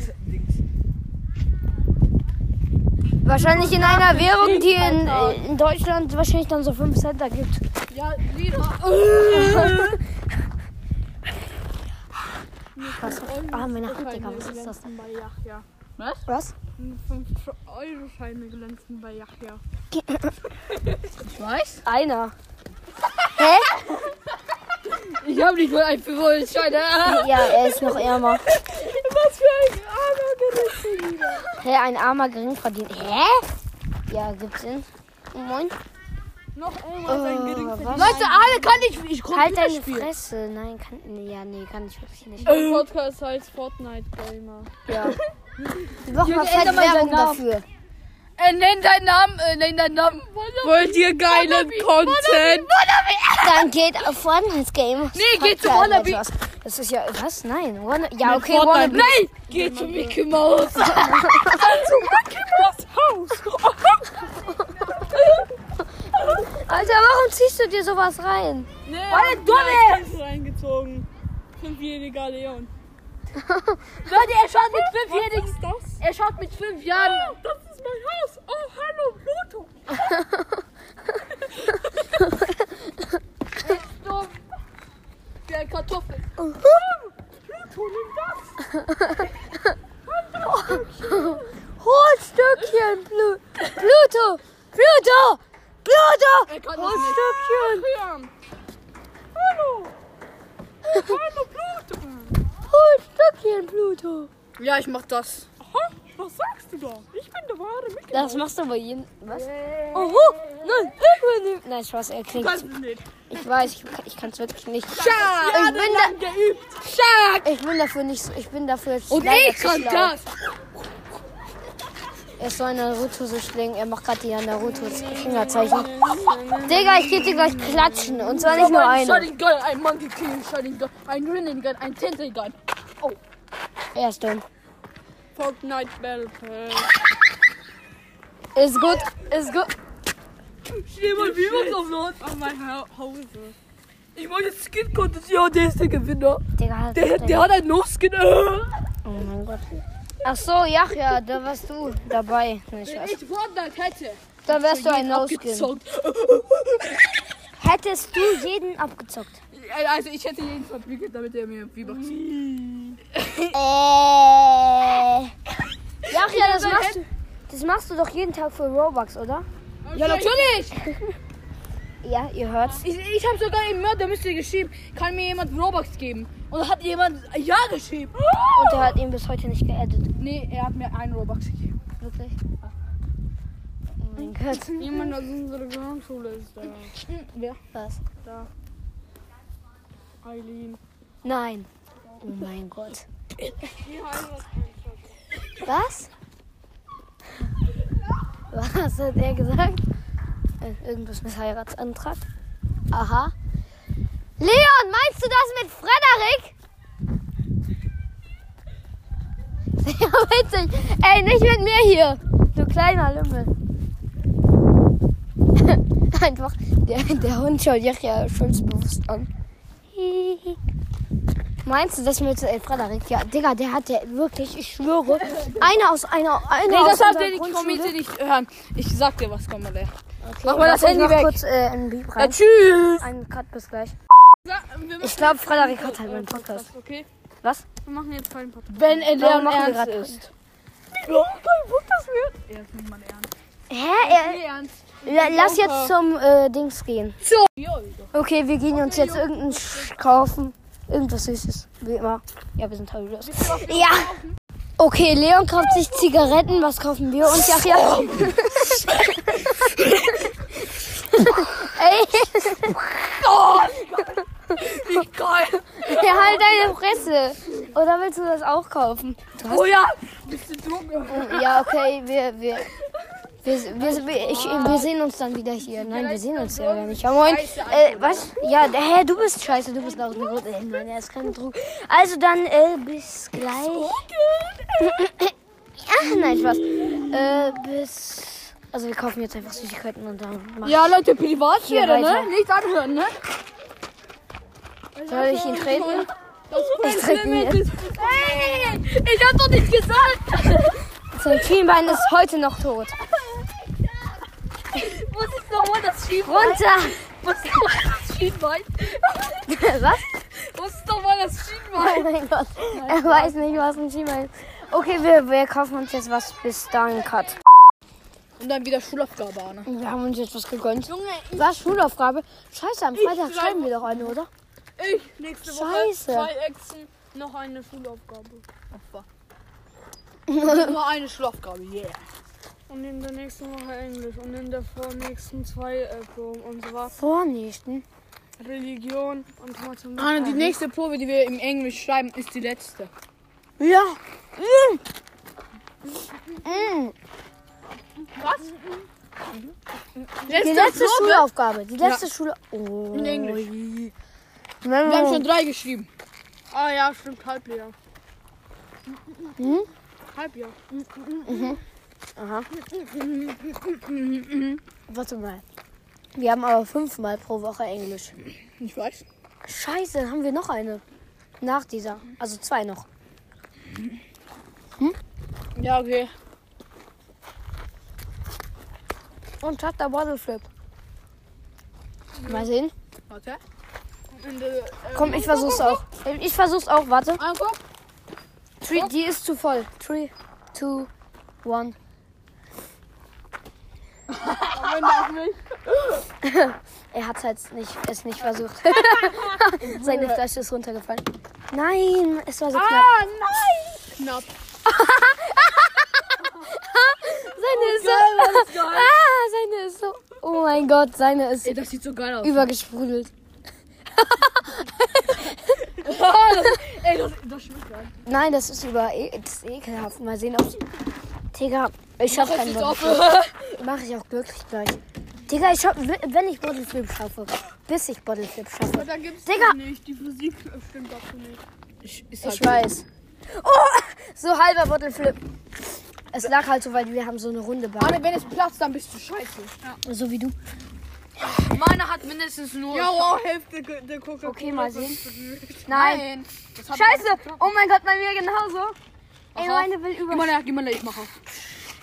Speaker 1: Wahrscheinlich in einer Währung, die in, in Deutschland wahrscheinlich dann so 5 Cent ergibt.
Speaker 2: Ja, Lina.
Speaker 1: Was? Ah, meine Hand, Digga, was ist das denn?
Speaker 3: Bei Jachja.
Speaker 1: Was?
Speaker 3: 5-Euro-Scheine glänzen bei Jachja.
Speaker 2: Was?
Speaker 1: Einer. Hä?
Speaker 2: Ich hab nicht mal einen 500-Schein.
Speaker 1: Ja, er ist noch ärmer.
Speaker 3: Was für ein armer Gericht.
Speaker 1: Hä, ein armer Geringverdiener. Hä? Ja, gibt's ihn. Moin.
Speaker 3: Noch einmal
Speaker 2: Oh.
Speaker 3: sein Gericht.
Speaker 1: was?
Speaker 2: Leute, alle kann ich. Ich komme
Speaker 1: Halt
Speaker 2: wieder
Speaker 1: deine
Speaker 2: spielen.
Speaker 1: Fresse. Nein, kann. Ja, nee, kann ich wirklich nicht.
Speaker 3: Mein Podcast heißt Fortnite Gamer.
Speaker 1: Ja. Wir brauchen mal
Speaker 2: Junge, änder
Speaker 1: fett
Speaker 2: mal deinen
Speaker 1: Werbung
Speaker 2: Namen.
Speaker 1: dafür.
Speaker 2: Äh, nenn deinen Namen. Äh, nenn deinen Namen.
Speaker 3: Wollt ihr geilen Content?
Speaker 1: Dann geht auf Fortnite Game.
Speaker 2: Nee, geht zu
Speaker 1: Ja,
Speaker 2: Wannabe.
Speaker 1: Leute, was- Das ist ja. Was? Nein. Wanna, ja, okay,
Speaker 3: Fortnite.
Speaker 1: Wannabe.
Speaker 2: Nein! Geh zu Mickey Mouse.
Speaker 1: Alter, warum ziehst du dir sowas rein?
Speaker 3: Nee,
Speaker 2: Weil du
Speaker 3: Nein, ich hab's reingezogen. Fünfjähriger Leon.
Speaker 2: Leute, er schaut mit fünfjährigen.
Speaker 3: ist das?
Speaker 2: Er schaut mit fünf Jahren.
Speaker 3: Das ist mein Haus. Oh, hallo, Pluto.
Speaker 2: So. Wie eine Kartoffel.
Speaker 3: Pluto, nimm das.
Speaker 1: Holzstückchen, Oh. Blu Pluto. Pluto. Pluto.
Speaker 2: Er kann das nicht.
Speaker 1: Holzstückchen.
Speaker 3: Leon. Hallo. Oh, hallo, Pluto.
Speaker 1: Holzstückchen, Pluto.
Speaker 2: Ja, ich mach das.
Speaker 3: Aha, was sagst du da? Ich bin der wahre Mickey.
Speaker 1: Das machst du bei jedem. Was? Oh,
Speaker 3: Oho,
Speaker 1: Nein, ich will nicht. Nein, Spaß,
Speaker 3: du
Speaker 1: er kriegt.
Speaker 3: kannst es nicht.
Speaker 1: Ich weiß, ich, ich kann es wirklich nicht. Ich
Speaker 2: Schade.
Speaker 1: bin, da,
Speaker 3: Geübt.
Speaker 1: ich bin dafür nicht so. Ich bin dafür jetzt.
Speaker 2: Und
Speaker 1: leider
Speaker 2: ich
Speaker 1: zu
Speaker 2: kann
Speaker 1: schlau.
Speaker 2: das.
Speaker 1: Er soll Naruto so schlägen. Er macht gerade die Naruto Fingerzeichen. Digga, ich geb dir gleich klatschen. Und zwar nicht nur
Speaker 2: Ein
Speaker 1: einen.
Speaker 2: Shotting Gun, ein Monkey King Shotting Gun, ein Grinning Gun, ein Tinting Gun.
Speaker 1: Er ist dumm.
Speaker 3: Fortnite Battle Pass.
Speaker 1: Ist gut, ist gut.
Speaker 2: Steh mal Bibox auf Nord.
Speaker 3: An meiner Hause.
Speaker 2: Ich mache jetzt Skin Contest. Ja, der ist der Gewinner.
Speaker 1: Digga, halt
Speaker 2: Der,
Speaker 1: doch,
Speaker 2: der hat einen No-Skin. Äh.
Speaker 1: Oh mein Gott. Ach so, ja, ja, da warst du dabei. Nee, ich weiß.
Speaker 2: Ich Fortnite hätte.
Speaker 1: Da wärst du ein No-Skin.
Speaker 2: Abgezockt.
Speaker 1: Hättest du jeden abgezockt.
Speaker 2: Also ich hätte jeden verprügelt, damit er mir V-Bucks zieht.
Speaker 1: Äh.
Speaker 2: Äh.
Speaker 1: Ja, ja, das machst du. Das machst du doch jeden Tag für Robux, oder?
Speaker 2: Ja, natürlich.
Speaker 1: Ja, ihr hört's.
Speaker 2: Ich, ich habe sogar im Mörder Mystery geschrieben, kann mir jemand Robux geben. Und hat jemand Ja geschrieben.
Speaker 1: Und er hat ihn bis heute nicht geaddet.
Speaker 2: Nee, er hat mir einen Robux gegeben.
Speaker 1: Wirklich? Oh mein Gott.
Speaker 3: Jemand aus unserer Grundschule ist äh, da.
Speaker 1: Hm,
Speaker 2: Wer?
Speaker 1: Was?
Speaker 3: Eileen.
Speaker 1: Nein. Oh mein Gott. Was? Was hat er gesagt? Äh, Irgendwas mit Heiratsantrag? Aha. Leon, meinst du das mit Frederik? Sehr witzig. Ey, nicht mit mir hier. Du kleiner Lümmel. Einfach, der, der Hund schaut dich ja schuldbewusst an. Hihi. Meinst du das mit äh, Frederik? Ja, Digga, der hat ja wirklich, ich schwöre, einer aus einer, einer
Speaker 2: Nee,
Speaker 1: aus
Speaker 2: das habt
Speaker 1: unserer
Speaker 2: ihr die
Speaker 1: Grundschule.
Speaker 2: Komite nicht hören. Ich sag dir was, komm mal her.
Speaker 1: Okay,
Speaker 2: Mach mal das
Speaker 1: warte, ich
Speaker 2: Handy
Speaker 1: mach
Speaker 2: weg.
Speaker 1: kurz äh, einen Beep
Speaker 2: Ja,
Speaker 1: rein.
Speaker 2: tschüss.
Speaker 1: Einen Cut bis gleich.
Speaker 3: wir machen
Speaker 1: Ich glaube,
Speaker 3: jetzt
Speaker 1: Frederik
Speaker 3: keinen
Speaker 1: hat halt meinen Podcast.
Speaker 3: Okay?
Speaker 1: Was?
Speaker 3: Wir machen jetzt keinen Podcast.
Speaker 2: Wenn er
Speaker 1: Warum
Speaker 2: Leon
Speaker 1: machen wir
Speaker 2: ernst
Speaker 1: gerade
Speaker 2: ist.
Speaker 1: Podcast?
Speaker 2: Er ist nicht mal ernst.
Speaker 1: Hä?
Speaker 3: Nee, ernst.
Speaker 1: Äh, la- lass jetzt zum äh, Dings gehen.
Speaker 2: So.
Speaker 1: Okay, wir gehen uns jetzt irgendein Sch kaufen. Irgendwas Süßes. Wie immer. Ja, wir sind Harry Ja. Okay, Leon kauft sich Zigaretten. Was kaufen wir uns? Ach ja. Ey,
Speaker 2: Oh Wie geil.
Speaker 1: halt deine Fresse. Oder willst du das auch kaufen? Du hast
Speaker 2: Oh ja. Bist du drunken?
Speaker 1: Ja, okay, wir, wir, wir, wir, wir, ich, wir sehen uns dann wieder hier. Nein, wir sehen uns ja gar nicht. Ja, moin. Äh, was? Ja, d- hä, du bist scheiße, du bist auch eine rote. Äh, Nein, er ist kein Druck. Also dann, äh, bis gleich. Ach, nein, Spaß. Äh, bis. Also wir kaufen jetzt einfach Süßigkeiten und dann machen
Speaker 2: Ja, Leute, privat
Speaker 1: Hier
Speaker 2: hier,
Speaker 1: weiter.
Speaker 2: ne? Nicht anhören, ne?
Speaker 1: Soll ich ihn treten?
Speaker 2: Das
Speaker 1: Ich trete ihn jetzt.
Speaker 2: Hey, ich hab doch nichts gesagt.
Speaker 1: Sein Schienbein ist heute noch tot.
Speaker 2: Muss ich nochmal das Schienbein?
Speaker 1: Runter!
Speaker 2: Muss ich nochmal das Schienbein?
Speaker 1: Was?
Speaker 2: Muss ich nochmal das Schienbein?
Speaker 1: Oh mein Gott. Er weiß nicht, was ein Schienbein ist. Okay, wir, wir kaufen uns jetzt was. Bis dann, Cut.
Speaker 2: Und dann wieder Schulaufgabe, Anna.
Speaker 1: Wir haben uns jetzt was gegönnt.
Speaker 2: Junge,
Speaker 1: Was? Schulaufgabe? Scheiße, am Freitag
Speaker 3: glaub-
Speaker 1: schreiben wir doch eine, oder?
Speaker 2: ich.
Speaker 3: Nächste
Speaker 1: Scheiße.
Speaker 3: Woche zwei Echsen, noch eine Schulaufgabe.
Speaker 2: Nur eine Schulaufgabe, yeah.
Speaker 3: Und in der nächsten Woche Englisch und in der vornächsten zwei äh, Proben. Und zwar
Speaker 1: Vornächsten.
Speaker 3: Religion und Mathematik.
Speaker 2: Anna, Ah, die nächste Probe, die wir im Englisch schreiben, ist die letzte.
Speaker 1: Ja. Mm. Die letzte Schulaufgabe. Die letzte Schule. Oh.
Speaker 2: in Englisch. Wir haben schon
Speaker 1: Memo.
Speaker 2: drei geschrieben.
Speaker 3: Ah ja, stimmt, Halbjahr. Halbjahr.
Speaker 1: Aha. Warte mal. Wir haben aber fünfmal pro Woche Englisch.
Speaker 2: Ich weiß.
Speaker 1: Scheiße, dann haben wir noch eine. Nach dieser. Also zwei noch.
Speaker 2: Ja, okay.
Speaker 1: Und hat der Bottle Flip. Mal sehen.
Speaker 2: Warte.
Speaker 3: In der, äh,
Speaker 1: Komm, ich versuch's auch. Ich versuch's auch, warte.
Speaker 2: Anguck.
Speaker 1: Three, die ist zu voll. 3, 2, 1. Er hat halt nicht, es nicht versucht. Seine Flasche ist runtergefallen. Nein, es war so knapp.
Speaker 2: Ah, nein. Knapp. Oh
Speaker 1: Seine ist so. Ah, seine ist so. Oh mein Gott, seine ist
Speaker 2: Ey, das sieht so geil aus.
Speaker 1: übergesprudelt.
Speaker 2: Ah, das, ey, das, das schmeckt geil.
Speaker 1: Nein, das ist über E, das ist ekelhaft. Mal sehen, ob. Digga, ich schaff
Speaker 2: Das
Speaker 1: keinen
Speaker 2: ist
Speaker 1: Bock.
Speaker 2: offen.
Speaker 1: Mache ich auch glücklich gleich. Digga, ich schaff, wenn ich Bottle Flip schaffe, bis ich Bottle Flip schaffe.
Speaker 3: da gibt's
Speaker 1: Digga.
Speaker 3: die nicht. Die Physik äh, stimmt dazu nicht.
Speaker 2: Ich,
Speaker 1: Ich weiß. Oh, so halber Bottle Flip. Es lag halt so, weil wir haben so eine runde Bahn.
Speaker 2: Arne, wenn es platzt, dann bist du scheiße.
Speaker 1: So wie du.
Speaker 4: Meiner hat mindestens nur.
Speaker 2: Ja, wow, Hälfte ge- der Coca-Cola.
Speaker 1: Okay, mal sehen. Nein.
Speaker 2: Nein. Das hat-
Speaker 1: Scheiße. Oh mein Gott, bei mir genauso. Ey,
Speaker 2: auf.
Speaker 1: meine will über.
Speaker 2: Gib mal her, gib mal her, ich mach auf.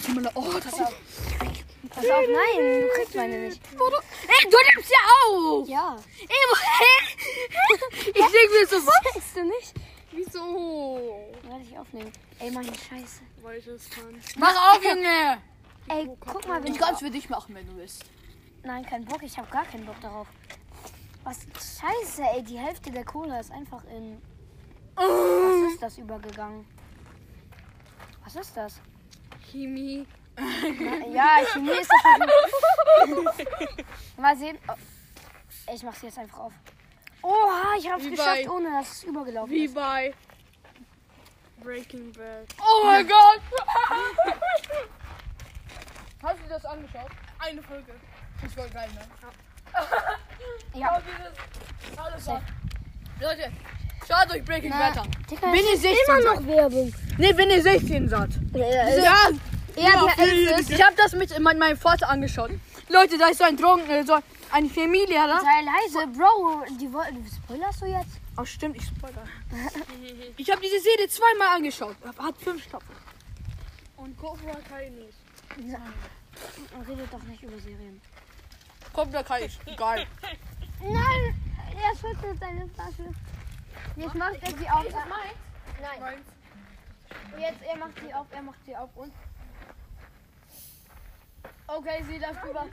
Speaker 2: Gib mal her. Oh, das ist.
Speaker 1: Pass auf, nein, du kriegst meine nicht.
Speaker 4: Ey, du nimmst ja auch!
Speaker 1: Ja.
Speaker 4: Ey, wo- ich denk mir so.
Speaker 1: Weißt du nicht?
Speaker 3: Wieso?
Speaker 1: Warte, ich aufnehmen. Ey, meine Scheiße.
Speaker 3: Weil ich es kann.
Speaker 4: Mach auf, Junge!
Speaker 1: Ey, guck mal, wenn
Speaker 2: Ich kann es für dich machen, wenn du willst.
Speaker 1: Nein, kein Bock, ich habe gar keinen Bock darauf. Was Scheiße, ey, die Hälfte der Cola ist einfach in Was ist das übergegangen? Was ist das?
Speaker 3: Chemie.
Speaker 1: Ja, Chemie ist das. natürlich- Mal sehen. Oh. Ich mach's jetzt einfach auf. Oha, ich hab's
Speaker 3: Wie
Speaker 1: geschafft,
Speaker 3: bei-
Speaker 1: ohne dass es übergelaufen
Speaker 3: Wie
Speaker 1: ist.
Speaker 3: bei Breaking Bad.
Speaker 2: Oh mein Gott! Hast du das angeschaut?
Speaker 3: Eine Folge.
Speaker 2: Ich wollte rein, ne?
Speaker 1: Ja.
Speaker 2: Alles klar. Leute, schaut euch Breaking
Speaker 1: Na.
Speaker 2: Bad an.
Speaker 1: Digga,
Speaker 2: Bin
Speaker 1: es
Speaker 2: ihr
Speaker 1: ist
Speaker 2: 16
Speaker 1: immer noch Werbung. Äh,
Speaker 2: Ne, wenn ihr 16 seid.
Speaker 1: Ja,
Speaker 2: Ja,
Speaker 1: ja, die
Speaker 2: ich, ich habe das mit mein- meinem Vater angeschaut. Leute, da ist so ein Drogen, äh, so ein Chemielehrer.
Speaker 1: Sei leise, Bro. Die wollten. Spoilerst du jetzt?
Speaker 2: Oh, stimmt, ich spoiler. ich habe diese Serie zweimal angeschaut. Hat fünf Staffeln.
Speaker 3: Und Cobra Kai nicht.
Speaker 1: Redet doch nicht über Serien.
Speaker 2: Kommt da kein Geil.
Speaker 1: Nein, er schüttelt seine Flasche. Jetzt macht er sie auf. Ist das meins? Nein. Und Jetzt er macht sie auf, er macht sie auf und. Okay, sie darf über.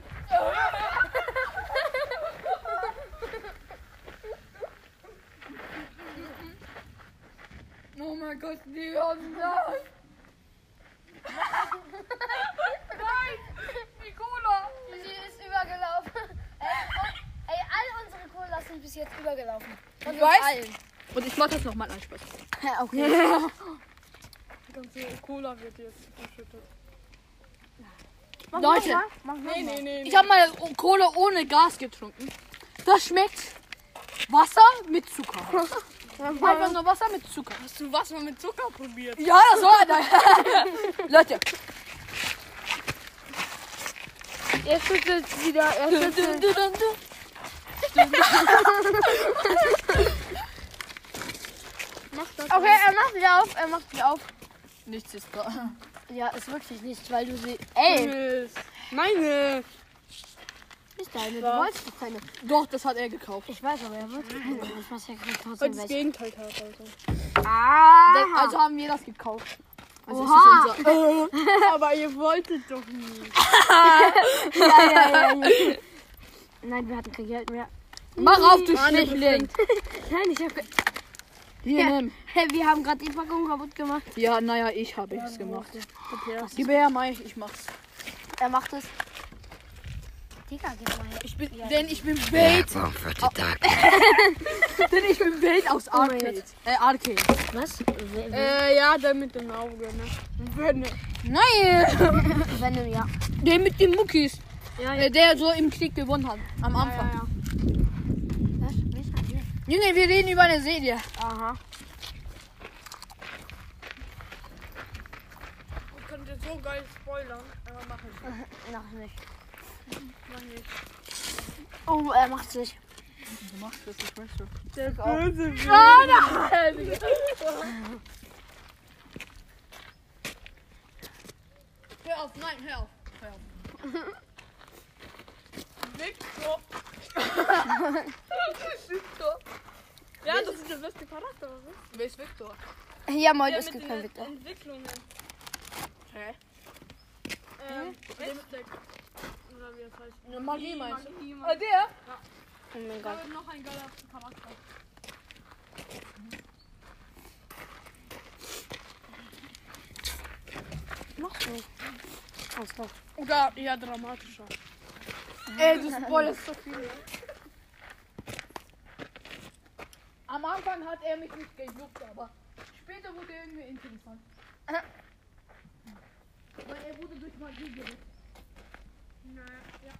Speaker 2: Oh mein Gott, Leon, nein!
Speaker 1: Sie ist übergelaufen. Äh, ey, all unsere Cola sind bis jetzt übergelaufen. Von uns
Speaker 2: weiß.
Speaker 1: allen.
Speaker 2: Und ich mach das nochmal an Spaß.
Speaker 1: okay.
Speaker 3: Die ganze Cola wird jetzt verschüttet.
Speaker 2: Leute,
Speaker 3: Nee, nee, nee.
Speaker 2: ich habe mal Cola ohne Gas getrunken. Das schmeckt Wasser mit Zucker. Einfach nur Wasser mit Zucker.
Speaker 3: Hast du Wasser mit Zucker probiert?
Speaker 2: Ja, das war einer. Leute.
Speaker 3: Er schüttelt wieder. Er schüttelt.
Speaker 1: Okay, er macht wieder auf, er macht sie auf.
Speaker 2: Nichts ist da.
Speaker 1: Ja, ist wirklich nicht, weil du sie. Ey,
Speaker 3: Meine.
Speaker 1: nicht deine, du wolltest nicht deine.
Speaker 2: Doch, das hat er gekauft.
Speaker 1: Ich weiß, aber er wollte keine. Ich weiß ja gerade trotzdem
Speaker 3: Und
Speaker 1: welche. Ah!
Speaker 3: das Gegenteil tat also.
Speaker 2: Das, also haben wir das gekauft. Also ist
Speaker 1: Oha.
Speaker 2: das unser,
Speaker 3: Aber ihr wolltet doch nie.
Speaker 1: ja, ja, ja. Nein, wir hatten kein Geld mehr.
Speaker 2: mach auf, du
Speaker 3: Mann,
Speaker 2: Schwächling.
Speaker 1: Nein, ich hab.
Speaker 2: Hier,
Speaker 1: Ja.
Speaker 2: nimm.
Speaker 1: Hey, wir haben gerade die Packung kaputt gemacht.
Speaker 2: Ja, naja, ich habe es gemacht. Gib her, Mai, ich mach's.
Speaker 1: Er macht es. Digga, gib mal her.
Speaker 2: Ich bin, denn ich bin Bait. denn ich bin Bait aus
Speaker 1: Oh mein
Speaker 2: Arcade. Äh, Arcade.
Speaker 1: Was? Wenn
Speaker 3: Äh, ja, der mit dem Auge, ne? Wenn.
Speaker 2: Nein,
Speaker 1: du ja.
Speaker 2: der mit den Muckis.
Speaker 3: Ja,
Speaker 2: Äh, Der so im Krieg gewonnen hat. Am Anfang.
Speaker 3: ja.
Speaker 1: Was? Welcher hier?
Speaker 2: Junge, wir reden über eine Serie.
Speaker 1: Aha.
Speaker 3: Ich könnte so geil spoilern, aber mach ich
Speaker 1: Noch nicht.
Speaker 3: mach nicht.
Speaker 1: Oh, er macht es nicht.
Speaker 2: Du machst das, ich weiß schon.
Speaker 3: Der böse
Speaker 2: Hör auf, nein, hör auf. Hör auf.
Speaker 3: Victor. Victor. Ja, das ist der beste Charakter, was ist?
Speaker 2: Wer ist Victor?
Speaker 1: Ja, moin, es
Speaker 3: mit
Speaker 1: gibt keinen
Speaker 3: den
Speaker 1: Victor.
Speaker 3: Entwicklungen.
Speaker 2: Hä?
Speaker 3: Ähm, der mit der... Oder wie das heißt.
Speaker 2: Magie meinst
Speaker 3: Magie,
Speaker 2: Ah,
Speaker 3: Magie.
Speaker 2: der?
Speaker 1: Oh mein
Speaker 3: Da
Speaker 1: Gott.
Speaker 3: wird noch ein geiler Charakter.
Speaker 1: Noch nicht. Alles klar.
Speaker 3: Oder eher dramatischer.
Speaker 2: Ey, du spoilerst so viel. ne? Am Anfang hat er mich nicht gejuckt, aber später wurde er irgendwie interessant. Weil er wurde durch Magie geweckt.
Speaker 3: Naja, ja.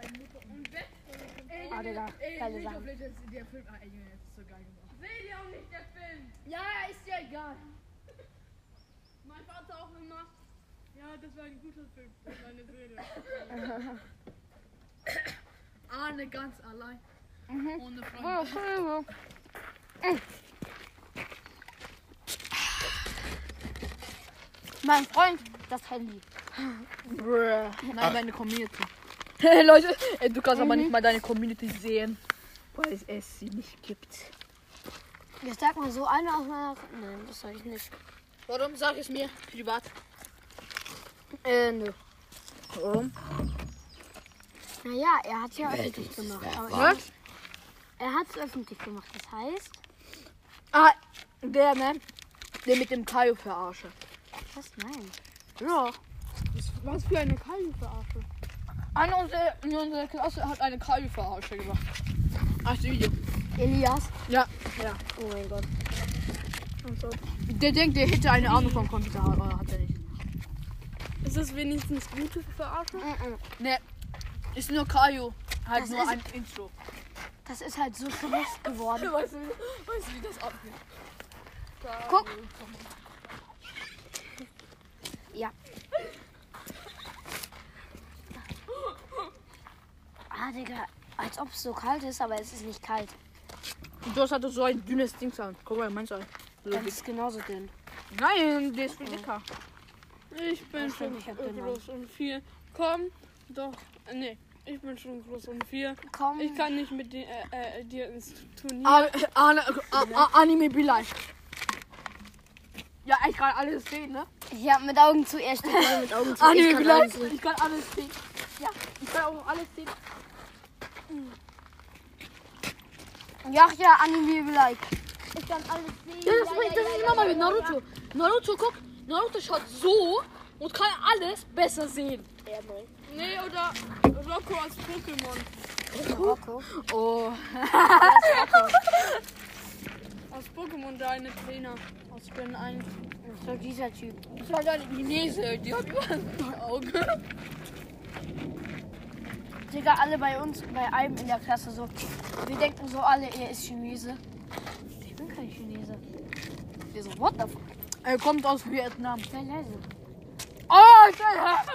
Speaker 2: Seine Mutter
Speaker 3: Und Westen.
Speaker 2: Ey,
Speaker 1: Ah, Digga,
Speaker 2: ey,
Speaker 1: geile
Speaker 2: League of
Speaker 1: Sachen.
Speaker 2: Legends, der Film, ah, ey, Junge, das ist so geil gemacht.
Speaker 3: Will ja auch nicht der Film.
Speaker 2: Ja, ist ja egal.
Speaker 3: Mein Vater
Speaker 2: Ja, das war ein guter Film für meine Seele. Arne Ah, ne, ganz allein. Ohne Freunde.
Speaker 1: Mein Freund, das Handy.
Speaker 2: Nein, meine Community. Ah. Hey Leute, äh, du kannst aber nicht mal deine Community sehen, weil es sie nicht gibt.
Speaker 1: Ich sag mal so, einer aus meiner. Nein, das sag ich nicht.
Speaker 2: Warum sag es mir privat?
Speaker 1: Äh, nö.
Speaker 2: Warum?
Speaker 1: Naja, er hat ja öffentlich gemacht. Aber er,
Speaker 2: Was?
Speaker 1: er hat es öffentlich gemacht. Das heißt,
Speaker 2: Ah, der, ne? Der mit dem Kaio verarsche.
Speaker 1: was? Nein.
Speaker 2: Ja.
Speaker 3: Was für eine Kaljufe-Arsche.
Speaker 2: Einer unserer, in unserer Klasse hat eine Kaio verarsche gemacht. Ach, das Video.
Speaker 1: Elias.
Speaker 2: Ja, ja.
Speaker 1: Oh mein Gott.
Speaker 2: Der denkt, der hätte eine Ahnung vom Computer, aber hat er nicht.
Speaker 3: Ist es wenigstens gute Verarsche?
Speaker 2: Ne, ist nur Kaio. Halt
Speaker 1: Das
Speaker 2: nur
Speaker 1: ist-
Speaker 2: ein Intro.
Speaker 1: Das ist halt so bewusst geworden.
Speaker 2: Weißt du, weißt du, wie das abgeht?
Speaker 1: Guck. Ja. Ah, Digga. Als ob es so kalt ist, aber es ist nicht kalt.
Speaker 2: Du hast halt so ein dünnes Ding an. Guck mal, meins an. So
Speaker 1: Dann
Speaker 2: dick.
Speaker 1: ist es genauso dünn.
Speaker 2: Nein, der ist viel dicker.
Speaker 3: Ich bin schon
Speaker 1: ich hab den
Speaker 3: groß und viel. Komm, doch. äh, Nee, ich bin schon groß und viel.
Speaker 1: Komm.
Speaker 3: Ich kann nicht mit dir, äh, äh, dir ins Turnier.
Speaker 2: Ah, äh, An- äh, äh, Anime Be Life. Ja, ich kann alles sehen, ne?
Speaker 1: Ich hab mit Augen zu. Er steht gerade mit Augen zu. Ich
Speaker 2: Anime
Speaker 1: kann
Speaker 2: Be
Speaker 1: alles
Speaker 2: Life.
Speaker 1: sehen.
Speaker 2: Ich kann alles sehen. Ja, ich kann auch alles sehen.
Speaker 1: Ja, ja, Anime like.
Speaker 2: Ja, das, ist- das ist immer mal wie Naruto. Naruto, guck, Naruto schaut so und kann alles besser sehen.
Speaker 3: Nee, oder Rocco als Pokémon.
Speaker 1: Rocco.
Speaker 2: Oh.
Speaker 3: Aus Pokémon, der eine Trainer. Aus Gen 1.
Speaker 1: So dieser Typ.
Speaker 2: Ich war eine Chinese, die hat überall ein Auge.
Speaker 1: Digga, alle bei uns, bei einem in der Klasse so. Wir denken so alle, er ist Chinese. Ich bin kein Chinese. Wir so, what the fuck?
Speaker 2: Er kommt aus Vietnam.
Speaker 1: Sei leise.
Speaker 2: Oh, Alter.
Speaker 1: Hast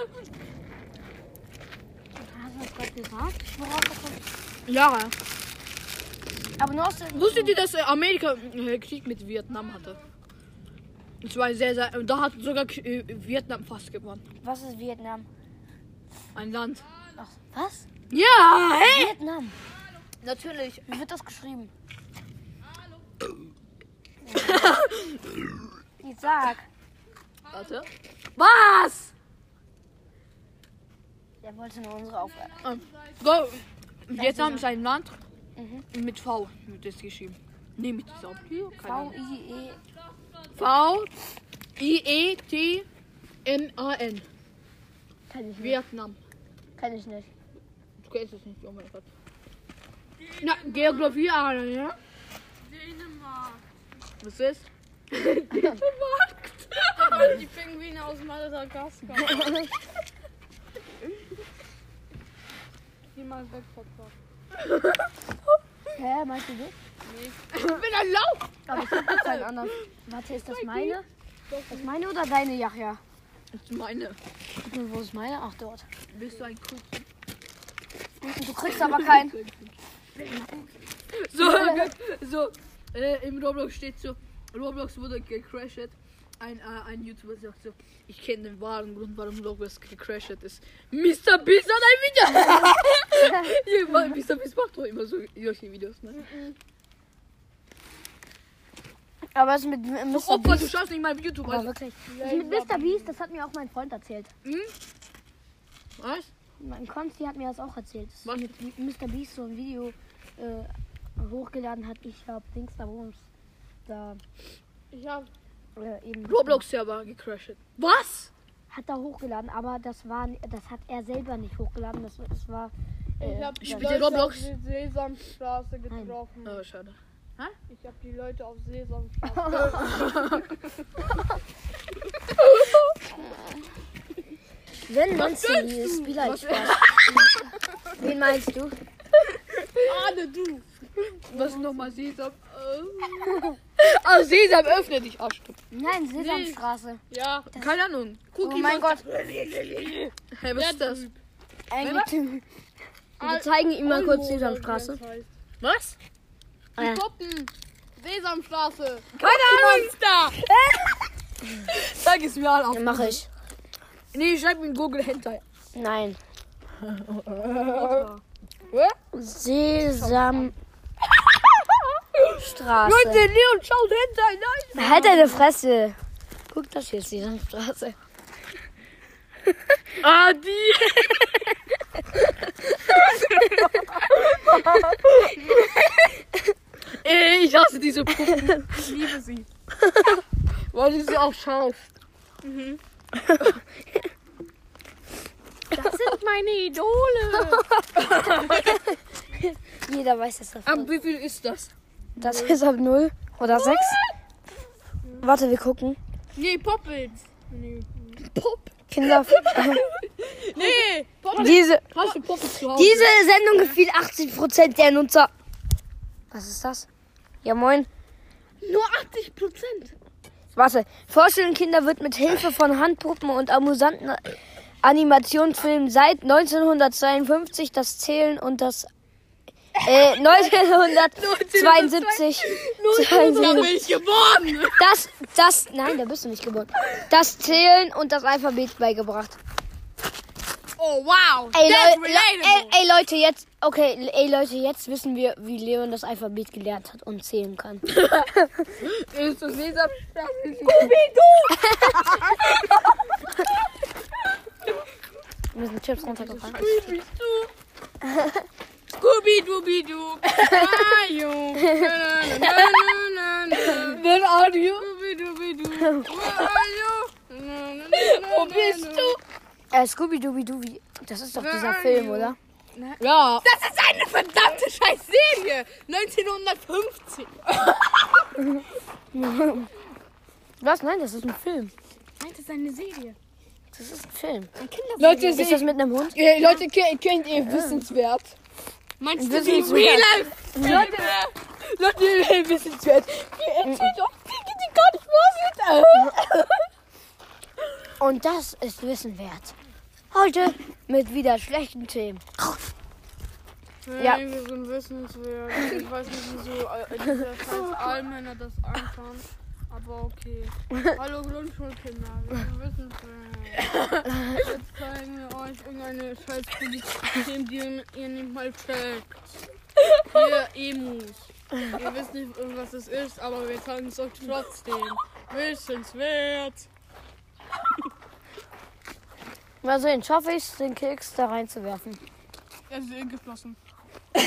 Speaker 1: du das gerade gesagt? Worauf das kommt?
Speaker 2: Ja.
Speaker 1: Aber nur aus der...
Speaker 2: Wusstet ihr, dass äh, Amerika äh, Krieg mit Vietnam hatte? Es war sehr, sehr. Da hat sogar äh, Vietnam fast gewonnen.
Speaker 1: Was ist Vietnam?
Speaker 2: Ein Land.
Speaker 1: Ach, was?
Speaker 2: Ja, hey!
Speaker 1: Vietnam.
Speaker 2: Natürlich.
Speaker 1: Wie wird das geschrieben? Jetzt sag.
Speaker 2: Warte. Was?
Speaker 1: Der wollte nur unsere Aufgabe.
Speaker 2: Ah. Go. Vietnam ist ein Land. Mit V wird es geschrieben. Nee, mit V. Mhm. Keine Ahnung.
Speaker 1: V-I-E...
Speaker 2: E V-I-E-T-M-A-N.
Speaker 1: Kann ich nicht.
Speaker 2: Vietnam.
Speaker 1: Kann ich nicht.
Speaker 2: Du kennst es nicht, oh mein Gott. Na, Geografie, Arne, ja?
Speaker 3: Dänemark.
Speaker 2: Was ist?
Speaker 3: Die Pinguine aus Madagaskar. Niemals weg, Popcorn.
Speaker 1: Hä, meinst du das?
Speaker 2: Ich bin ein Lauf!
Speaker 1: Aber ich hab doch keinen anderen. Warte, ist das meine? Ist meine oder deine Jachja?
Speaker 2: Das ist meine.
Speaker 1: Und wo ist meine? Ach, dort.
Speaker 2: Bist du ein Kuchen?
Speaker 1: Und Du kriegst aber keinen.
Speaker 2: So, so äh, im Roblox steht so, Roblox wurde gecrashed. Ein, äh, ein YouTuber sagt so, ich kenne den wahren Grund, warum Roblox gecrashed ist. Mr. Beast hat ein Video! ja, weil Mr. Beast macht doch immer so solche Videos, ne?
Speaker 1: Aber es ist mit äh, Mr.
Speaker 2: Opfer, du
Speaker 1: Beast.
Speaker 2: schaust nicht mal auf YouTube.
Speaker 1: Aber
Speaker 2: Also,
Speaker 1: wirklich. Das mit Mr. Beast, das hat mir auch mein Freund erzählt.
Speaker 2: was?
Speaker 1: Mein Konsti hat mir das auch erzählt. Dass
Speaker 2: Was?
Speaker 1: mit Mr. Beast so ein Video äh, hochgeladen hat. Ich hab Dings da Bums. Da
Speaker 3: Ich hab
Speaker 1: äh, eben.
Speaker 2: Roblox-Server gecrashed. Was?
Speaker 1: Hat er hochgeladen, aber das war, das hat er selber nicht hochgeladen. Das, das war. Äh,
Speaker 3: Ich habe die
Speaker 1: ja.
Speaker 2: Spielt ihr
Speaker 3: Leute auf
Speaker 2: Roblox?
Speaker 3: der Sesamstraße getroffen.
Speaker 2: Oh, schade.
Speaker 3: Ich habe die Leute auf Sesamstraße.
Speaker 1: Wenn meinst du die Spieler Wen meinst du?
Speaker 2: Was nochmal sieht, ob. Aus Ah, Sesam öffne dich, Arschstück.
Speaker 1: Nein, Sesamstraße.
Speaker 3: Ja.
Speaker 2: Keine Ahnung.
Speaker 1: Oh
Speaker 2: Cookie
Speaker 1: mein Gott.
Speaker 2: Hey, was ist das?
Speaker 1: Eigentlich. Äh, Wir zeigen ihm mal kurz Sesamstraße.
Speaker 2: Was? Ah,
Speaker 1: Äh,
Speaker 3: Puppen. Sesamstraße.
Speaker 2: Zeig es mir alle auf.
Speaker 1: mach ich.
Speaker 2: Nee, schreib mir in Google Hentai.
Speaker 1: Nein.
Speaker 2: Hä?
Speaker 1: Sesamstraße.
Speaker 2: Leute, Leon schaut Hentai. Nein.
Speaker 1: Halt deine Fresse. Guck, das hier ist Sesamstraße.
Speaker 3: Ah, die.
Speaker 2: Ey, ich hasse diese Puppen. Ich liebe sie. Weil die sind auch scharf.
Speaker 3: Das sind meine Idole.
Speaker 1: Jeder weiß, dass das
Speaker 2: Aber wie viel ist das?
Speaker 1: Das ist ab 0 oder 6. Warte, wir gucken.
Speaker 3: Nee, Poppins. Nee.
Speaker 2: Pop.
Speaker 1: Kinder.
Speaker 3: Nee, Poppins.
Speaker 1: diese,
Speaker 2: Hast du Puppen zu Hause?
Speaker 1: diese Sendung gefiel 80% der Nutzer. Was ist das? Ja, moin.
Speaker 2: Nur 80 Prozent.
Speaker 1: Warte. Vorstellung Kinder wird mit Hilfe von Handpuppen und amüsanten Animationsfilmen seit 1952 das Zählen und das. Äh, 1972.
Speaker 2: 1972. Da bin ich geboren.
Speaker 1: Das, das, nein, da bist du nicht geboren. Das Zählen und das Alphabet beigebracht.
Speaker 3: Oh, wow.
Speaker 1: Ey,
Speaker 3: That's
Speaker 1: Leu ey,
Speaker 3: relatable.
Speaker 1: ey Leute, jetzt, okay, ey Leute, jetzt wissen wir, wie Leon das Alphabet gelernt hat und zählen kann.
Speaker 2: Ist das Sesam?
Speaker 1: Wir müssen Chips runtergefahren.
Speaker 3: Scooby-Dooby-Doo. Mario. Na, na, na, na, na.
Speaker 2: Wenn Audio.
Speaker 3: Scooby-Dooby-Doo. Mario. Na, na, na, na,
Speaker 2: Wo bist
Speaker 3: na,
Speaker 2: du?
Speaker 1: Äh, scooby dooby dooby das ist doch dieser
Speaker 3: Nein.
Speaker 1: Film, oder?
Speaker 2: Ja.
Speaker 3: Das ist eine verdammte Scheißserie. 1950.
Speaker 1: Was? Nein, das ist ein Film.
Speaker 3: Nein, das ist eine Serie.
Speaker 1: Das ist ein Film.
Speaker 2: Leute, es
Speaker 1: Ist das mit einem Hund?
Speaker 2: Ey, äh, Leute, ke- kennt ihr Wissenswert?
Speaker 3: Meinst du
Speaker 1: Das
Speaker 3: die
Speaker 1: ist-
Speaker 3: Real Life?
Speaker 2: Leute, Leute, ihr Wissenswert. Ihr erzählt doch Dinge, die gar nicht wahr sind.
Speaker 1: Und das ist Wissen wert. Heute mit wieder schlechten Themen. Ja.
Speaker 3: Nein, wir sind wissenswert. Ich weiß nicht, wieso äh, dieser scheiß Allmänner das anfangen. Aber okay. Hallo Grundschulkinder, wir sind wissenswert. Jetzt zeigen wir euch irgendeine scheiß Politik, die ihr nicht mal checkt. Ihr Emus. Ihr wisst nicht, was es ist, aber wir zeigen es euch trotzdem. Wissenswert.
Speaker 1: Mal sehen, schaffe ich es, den Keks da reinzuwerfen.
Speaker 3: Es ist geflossen.
Speaker 1: Nein,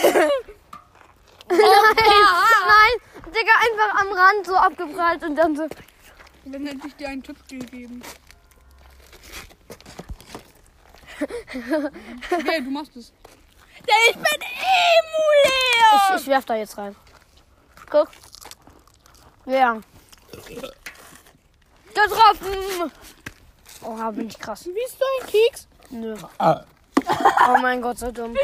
Speaker 1: Digga, einfach am Rand so abgeprallt und dann so.
Speaker 3: Dann hätte ich dir einen Tipp gegeben.
Speaker 2: Hey, du machst es.
Speaker 3: Ich bin Emu
Speaker 1: Ich, ich werf da jetzt rein. Guck. Ja. Getroffen! Oha, bin Oh, ich krass.
Speaker 2: Bist du ein Keks?
Speaker 1: Nö. Oh mein Gott, so dumm.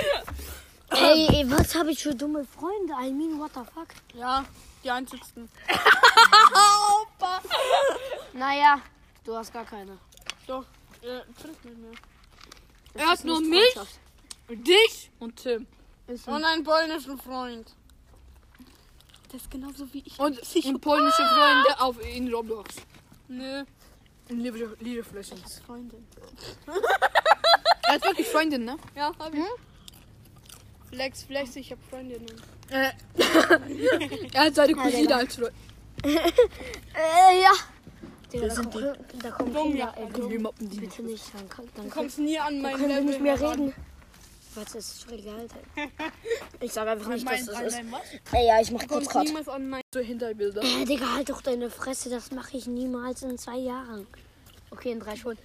Speaker 1: Ey, ey was habe ich für dumme Freunde? I mean, what the fuck?
Speaker 3: Ja, die einzigsten.
Speaker 1: Naja, du hast gar keine.
Speaker 3: Doch, äh, trifft nicht mehr.
Speaker 2: Er hat nur mich, dich und Tim.
Speaker 3: Und einen polnischen Freund. Das ist genauso wie ich.
Speaker 2: Und, und polnische Freunde auf, in Roblox.
Speaker 3: Nö,
Speaker 2: In Liebe, Liebeflächen.
Speaker 3: Freundin.
Speaker 2: Er hat wirklich Freundin, ne?
Speaker 3: Ja, hab ich. Flex, flex, ich hab ne? Freundinnen.
Speaker 2: Äh, er hat seine Cousine als Freundin.
Speaker 1: Äh, ja. Digga, da, kommt, da kommen
Speaker 3: Dumm,
Speaker 1: Kinder,
Speaker 3: ja.
Speaker 1: ey,
Speaker 2: Wir
Speaker 1: dumm.
Speaker 2: moppen die.
Speaker 1: Bitte nicht, dann, kann- dann
Speaker 3: Du kommst nie an mein
Speaker 1: können wir
Speaker 3: Level.
Speaker 1: nicht mehr
Speaker 3: heran.
Speaker 1: reden. Warte, es ist schon egal. Ich sag einfach nicht, dass
Speaker 3: Mein,
Speaker 1: das
Speaker 3: an
Speaker 1: ist.
Speaker 3: dein was? Du
Speaker 1: Ey, ja, ich mach kurz
Speaker 3: kommst
Speaker 1: Cut.
Speaker 3: niemals an mein.
Speaker 2: So Hinterbilder.
Speaker 1: Äh, Digga, halt doch deine Fresse, das mache ich niemals in zwei Jahren. Okay, in drei schon.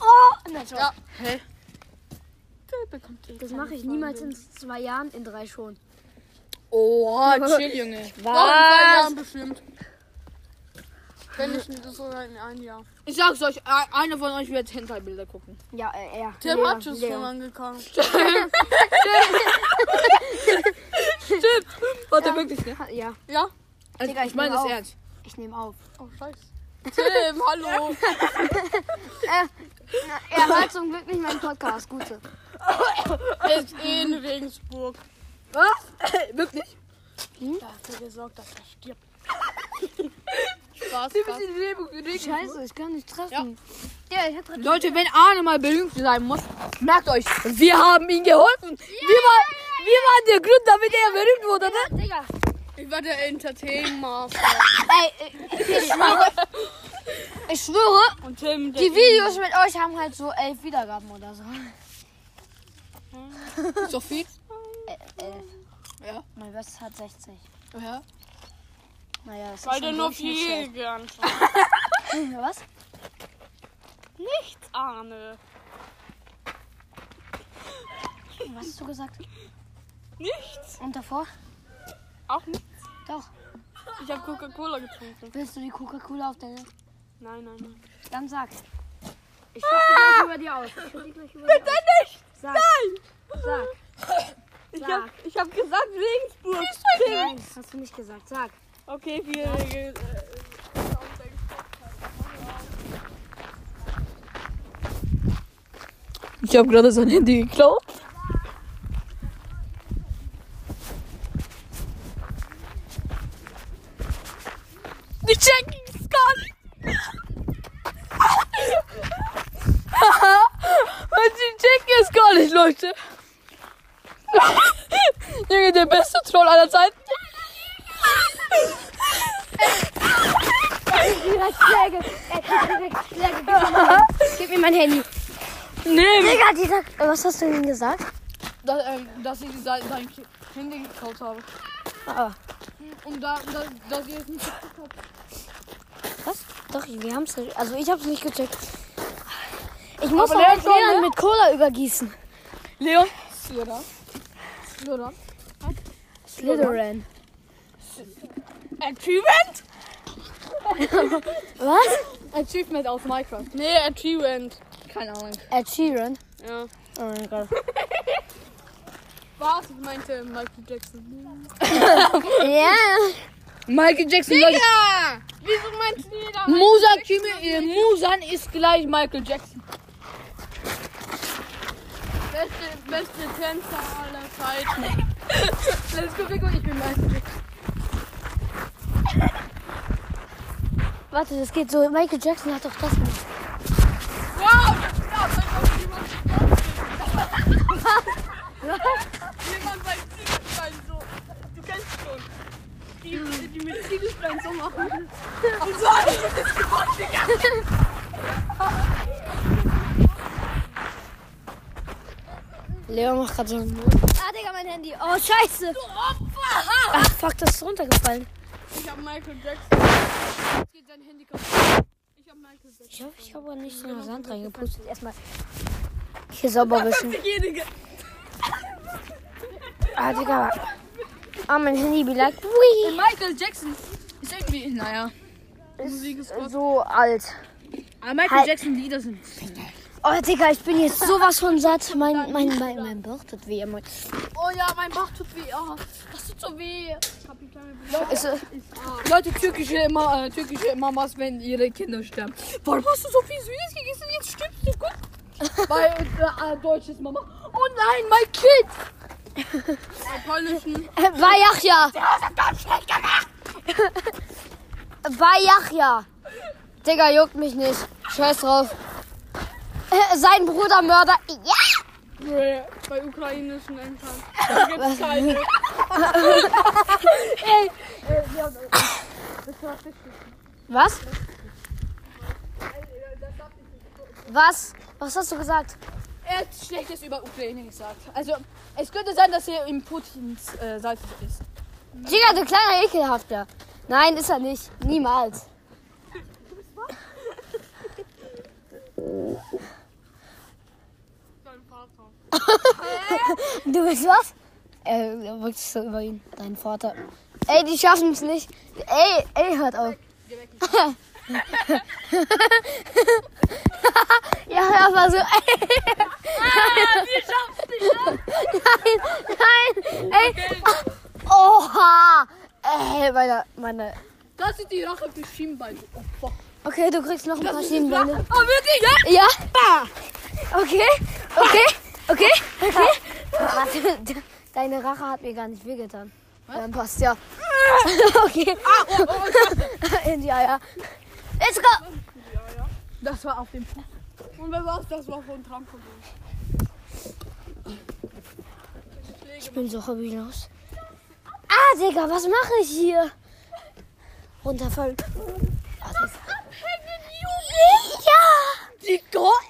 Speaker 1: Oh, na schon.
Speaker 2: Ja. Hä?
Speaker 1: Das mache ich niemals in zwei Jahren, in drei schon.
Speaker 2: Oha, Oh, chill, Junge.
Speaker 3: Warum bestimmt? Wenn ich das sogar in ein Jahr.
Speaker 2: Ich sag's euch, e- einer von euch wird Hinterbilder gucken.
Speaker 1: Ja, äh, er.
Speaker 3: Der
Speaker 1: Leon,
Speaker 3: hat es schon
Speaker 1: Leon.
Speaker 3: angekommen.
Speaker 2: Stimmt. Warte, wirklich, ne?
Speaker 1: Ja.
Speaker 2: Also,
Speaker 1: Digga, ich
Speaker 2: ich
Speaker 1: bin
Speaker 2: meine Also, das
Speaker 1: auch.
Speaker 2: ernst.
Speaker 1: Ich nehme auf.
Speaker 3: Oh, scheiße.
Speaker 2: Tim, hallo.
Speaker 1: Er hört zum Glück nicht meinen Podcast. Gute.
Speaker 3: Ist in Regensburg.
Speaker 2: Was? Wirklich?
Speaker 1: Hm?
Speaker 3: Dafür gesorgt, dass er stirbt. Spaß,
Speaker 2: Tim
Speaker 3: Spaß.
Speaker 2: ist in Regensburg.
Speaker 1: Scheiße, ich kann nicht treffen. Ja, ich hab grad
Speaker 2: Leute, wenn Arne mal berühmt sein muss, merkt euch, wir haben ihm geholfen. wir, waren, wir waren der Grund, damit er berühmt wurde, ne?
Speaker 1: Digga.
Speaker 3: Ich war der Entertainmaster.
Speaker 1: Ey, ich schwöre. Ich schwöre,
Speaker 3: Und Tim, der
Speaker 1: die Videos mit euch haben halt so elf Wiedergaben oder so.
Speaker 2: Ist doch viel.
Speaker 1: Äh, Elf.
Speaker 2: Ja.
Speaker 1: Mein Best hat 60.
Speaker 2: Ja.
Speaker 1: Naja, es ist
Speaker 3: Weil
Speaker 1: schon
Speaker 3: du nur
Speaker 1: wirklich nicht
Speaker 3: viel
Speaker 1: schlecht.
Speaker 3: gelernt
Speaker 1: Was?
Speaker 3: Nichts, Arne.
Speaker 1: Was hast du gesagt?
Speaker 3: Nichts.
Speaker 1: Und davor?
Speaker 3: Auch nicht.
Speaker 1: Doch.
Speaker 3: Ich habe Coca-Cola getrunken.
Speaker 1: Willst du die Coca-Cola auf deine?
Speaker 3: Nein, nein, nein.
Speaker 1: Dann sag.
Speaker 4: Ich schaff die gleich über dir aus. Ich schaff die gleich über dir aus. Sag. Sag.
Speaker 3: Ich
Speaker 4: Sag.
Speaker 3: hab, ich hab gesagt Regensburg.
Speaker 4: Nein, hast du nicht gesagt. Sag.
Speaker 3: Okay, wir. Äh,
Speaker 2: Ich habe gerade sein Handy geklaut. Die checken es gar nicht. Und sie checken es gar nicht, Leute. Junge, der beste Troll aller Zeiten.
Speaker 1: Direkt Schläge. Ey, direkt Schläge. Gib mir mein Handy. Gib mir mein Handy.
Speaker 2: Nimm.
Speaker 1: Digga, die sagt. Was hast du denn gesagt?
Speaker 2: Dass, ähm, dass ich sein, sein Handy geklaut habe.
Speaker 1: Ah,
Speaker 2: Und da, da, dass ich es nicht gecheckt habe.
Speaker 1: was? Doch, wir haben's. Also, ich hab's nicht gecheckt. Ich muss
Speaker 2: Aber
Speaker 1: auch
Speaker 2: der
Speaker 1: mit
Speaker 2: schon,
Speaker 1: Leon
Speaker 2: ne?
Speaker 1: mit Cola übergießen.
Speaker 2: Leon. Slura. Slura.
Speaker 1: Slytherin.
Speaker 2: Achievement?
Speaker 1: Was?
Speaker 2: Achievement aus Minecraft.
Speaker 3: nee, Achievement.
Speaker 2: Keine Ahnung.
Speaker 1: Ed Sheeran.
Speaker 3: Ja.
Speaker 1: Oh mein Gott.
Speaker 3: Was? Ich meinte Michael Jackson.
Speaker 1: Ja.
Speaker 2: Michael Jackson. Leute.
Speaker 3: Ja! Wieso meinst du jeder?
Speaker 2: Musan, Kimi, äh, Musan ist gleich Michael Jackson.
Speaker 3: Beste, beste Tänzer aller Zeiten.
Speaker 2: Let's go, Rico, ich bin Michael Jackson.
Speaker 1: Warte, das geht so. Michael Jackson hat doch das gemacht.
Speaker 3: Wow! Ja, weil auch jemand Jemand beim Ziegelstein so. Du kennst schon. Die, die mit Ziegelstein so machen. Und so habe ich das gemacht, Digga.
Speaker 1: Leon macht gerade so einen Mund. Ah, Digga, mein Handy. Oh, scheiße. Ach, fuck, das ist runtergefallen.
Speaker 3: Ich hab Michael Jackson. Jetzt geht sein Handy kaputt. Ich hab Michael Jackson.
Speaker 1: Ich hoffe, ich habe nicht so einen Sand reingepustet. Erstmal hier sauber wischen.
Speaker 3: Derjenige.
Speaker 1: Ah, Digga. Ah, mein Handy belag. Ui.
Speaker 2: Michael Jackson ist irgendwie, naja.
Speaker 1: Ist so alt.
Speaker 2: Aber Ah, Michael
Speaker 1: Halt.
Speaker 2: Jackson Lieder sind.
Speaker 1: Oh, Digga, ich bin jetzt sowas von satt. Mein, mein, mein, mein Bauch tut weh. Mein,
Speaker 2: Oh ja, mein Bauch tut weh. Oh, das tut so weh.
Speaker 1: ist, äh,
Speaker 2: Leute, türkische, Ma äh, türkische Mamas, wenn ihre Kinder sterben. Warum hast du so viel Süßes gegessen? Jetzt stirbst du gut. Bei äh, äh, deutsches Mama. Oh nein, mein Kind.
Speaker 3: Bei polnischen.
Speaker 1: bei Yachja. Bei Yachja. Digga, juckt mich nicht. Scheiß drauf. Äh, Sein Bruder Mörder. Ja!
Speaker 3: Nee, bei ukrainischen Eltern. Da gibt's keine.
Speaker 1: Was? Was? Was hast du gesagt?
Speaker 2: Er hat Schlechtes über Ukraine gesagt. Also, es könnte sein, dass er in Putins äh, Seite ist.
Speaker 1: Digga, du kleiner Ekelhafter. Nein, ist er nicht. Niemals.
Speaker 3: Dein Vater.
Speaker 1: Du willst was? Er wirkt sich so über ihn, dein Vater. Ey, die schaffen es nicht. Ey, ey, hört auf. ja, hör mal so. Ey. Nein, nein, ey. Oha. Ey, Äh, meine, meine
Speaker 2: Das ist die Rache für Schienbein. Oh fuck.
Speaker 1: Okay, du kriegst noch ein paar Schienenbeine.
Speaker 2: Oh, wirklich? Ja?
Speaker 1: Ja? Okay, okay, okay, okay. Warte, de- deine Rache hat mir gar nicht wehgetan. Dann passt ja. Okay. In die Eier. Let's go!
Speaker 2: Das war auf dem Fuß.
Speaker 3: Und wer war's? Das war von Trampolin.
Speaker 1: Ich bin so hobbylos. Ah, Digga, was mache ich hier? Runterfallen. Ah, Digga. ja! Ah.
Speaker 2: Die Gott.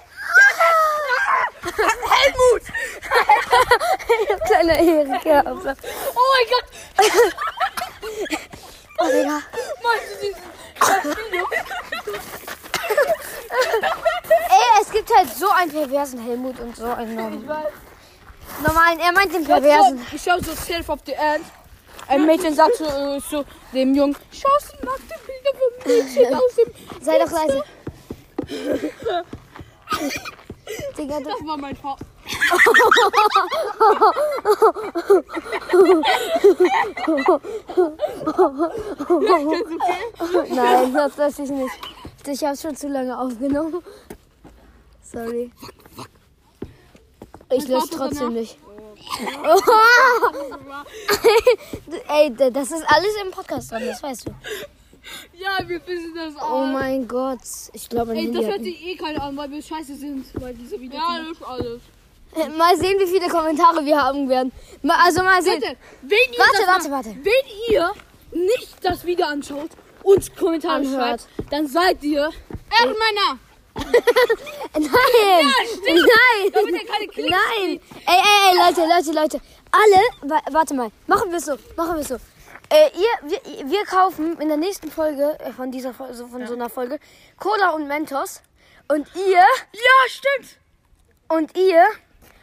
Speaker 1: Kleiner Ehrenkerl.
Speaker 2: Oh mein Gott.
Speaker 1: Oh, Digga.
Speaker 2: Meinst du diesen?
Speaker 1: Ey, es gibt halt so einen perversen Helmut und so einen normalen. Normalen, er meint den perversen.
Speaker 2: Ich schau so safe auf die End. Ein Mädchen sagt so, äh, so dem Jungen, schau sie nach den Bilder vom Mädchen aus dem...
Speaker 1: Sei doch leise. Digga, du.
Speaker 2: Das war mein Vater.
Speaker 1: Nein, das lasse ich nicht. Ich hab's schon zu lange aufgenommen. Sorry. Ich lösche trotzdem nicht. Du, Ey, d- das ist alles im Podcast dran, das weißt du.
Speaker 2: Ja, wir wissen das
Speaker 1: Oh
Speaker 2: auch.
Speaker 1: mein Gott, ich glaube
Speaker 2: Ey,
Speaker 1: nicht.
Speaker 2: das hört sich eh keiner an, weil wir scheiße sind. Weil diese Videos...
Speaker 3: Ja, das ist alles.
Speaker 1: Mal sehen, wie viele Kommentare wir haben werden. Mal, also mal sehen.
Speaker 2: Leute, wenn ihr
Speaker 1: Warte,
Speaker 2: das
Speaker 1: warte,
Speaker 2: macht-
Speaker 1: warte.
Speaker 2: Wenn ihr nicht das Video anschaut und Kommentare
Speaker 1: Anhört.
Speaker 2: schreibt, dann seid ihr...
Speaker 3: Ehrenmänner!
Speaker 1: Nein!
Speaker 2: Damit
Speaker 1: Nein!
Speaker 2: ihr keine Klicks
Speaker 1: Nein! Ey, ey, ey, Leute, Leute, Leute. Alle, wa- warte mal, machen wir es so, machen wir es so. Äh, ihr, wir, wir kaufen in der nächsten Folge äh, von dieser Fol- so von so einer Folge Cola und Mentos und ihr
Speaker 2: Ja, stimmt.
Speaker 1: und ihr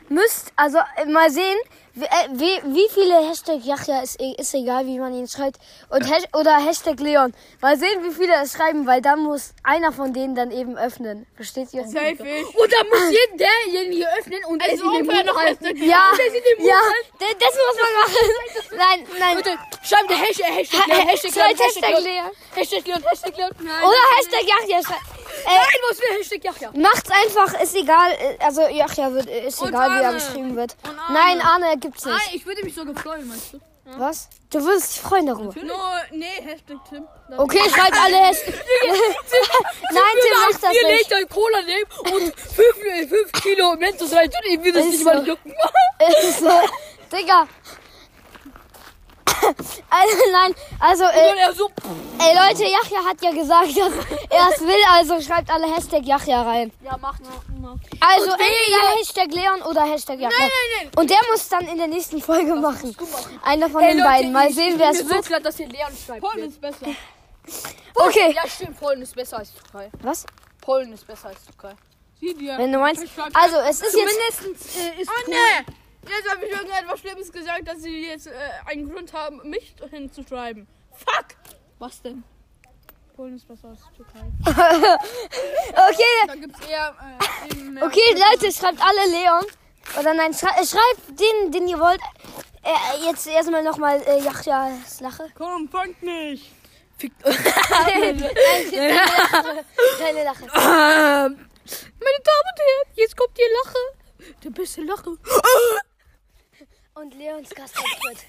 Speaker 1: müsst also äh, mal sehen, wie, äh, wie, wie viele Hashtag Yachja ist, e- ist egal, wie man ihn schreibt und Hash, oder Hashtag Leon. Mal sehen, wie viele es schreiben, weil dann muss einer von denen dann eben öffnen. Versteht ihr?
Speaker 3: Safe
Speaker 2: Und dann muss jeder derjenige öffnen und es
Speaker 3: Also ungefähr noch als der
Speaker 1: Ja,
Speaker 2: Und er sieht den Mund
Speaker 1: ja,
Speaker 2: an.
Speaker 1: d- das muss man machen. Nein, nein.
Speaker 2: Bitte, schreibt der Hashtag, Hashtag,
Speaker 1: Ha-
Speaker 2: Leon,
Speaker 1: schreibt
Speaker 2: Hashtag, Leon, Hashtag,
Speaker 1: Hashtag
Speaker 2: Leon,
Speaker 1: Leon.
Speaker 2: Hashtag, Leon, Hashtag, Leon. Nein,
Speaker 1: Oder Hashtag Yachja. schrei- Äh,
Speaker 2: Nein, was für Hashtag, ja, ja.
Speaker 1: macht's einfach, ist egal. äh, Also Yachja wird, äh, ist
Speaker 3: Und
Speaker 1: egal, wie er
Speaker 3: Arne.
Speaker 1: geschrieben wird.
Speaker 3: Und Arne.
Speaker 1: Nein, Arne gibt's
Speaker 2: Nein,
Speaker 1: nicht.
Speaker 2: ich würde mich sogar freuen, meinst du?
Speaker 1: Was? Du würdest dich freuen darüber.
Speaker 3: No, nee, Hashtag Tim. Das
Speaker 1: Okay, schreibt alle Hashtag. Nein, Tim macht das
Speaker 2: Vier
Speaker 1: nicht.
Speaker 2: Liter Cola nehmen und fünf, äh, fünf Kilo Mentos rein tun, ich will das
Speaker 1: Ist
Speaker 2: nicht
Speaker 1: so.
Speaker 2: mal jucken.
Speaker 1: Es ist so, Digga. Also nein, also äh,
Speaker 2: Und er so,
Speaker 1: ey Leute, Yachja hat ja gesagt, dass er es will, also schreibt alle Hashtag Yachja rein.
Speaker 2: ja, macht.
Speaker 1: Also entweder Hashtag Leon oder Hashtag Jacke.
Speaker 2: Nein, nein,
Speaker 1: Und der muss dann in der nächsten Folge machen. Einer von
Speaker 2: Ey,
Speaker 1: den
Speaker 2: Leute,
Speaker 1: beiden. Mal
Speaker 2: ich-
Speaker 1: sehen, wer es
Speaker 2: Ich bin mir so
Speaker 1: wird.
Speaker 2: klar, dass hier Leon schreibt.
Speaker 3: Polen ist besser.
Speaker 1: Okay.
Speaker 2: Ja, stimmt, Polen ist besser als Türkei.
Speaker 1: Was?
Speaker 2: Polen ist besser als Türkei.
Speaker 3: Sieh dir.
Speaker 1: Wenn du meinst.
Speaker 3: Ich sag-
Speaker 1: Also, es ist jetzt.
Speaker 2: Mindestens äh, ist
Speaker 3: Oh nee! Jetzt habe ich irgendetwas Schlimmes gesagt, dass sie jetzt äh, einen Grund haben, mich hinzuschreiben. Fuck!
Speaker 2: Was denn?
Speaker 3: Polen ist besser als Türkei.
Speaker 1: Okay,
Speaker 3: Da gibt's eher äh, eben mehr.
Speaker 1: Ah, okay, Leute, schreibt alle Leon. Oder nein, schrei äh, schreibt den, den ihr wollt. Äh, jetzt erstmal nochmal äh, Jachjas Lache.
Speaker 3: Komm, fangt mich!
Speaker 2: Fickt
Speaker 1: nein, es gibt keine, keine Lache.
Speaker 2: Ähm, meine Damen und Herren, jetzt kommt die Lache. Der beste Lache.
Speaker 1: Und Leons Gastauftritt.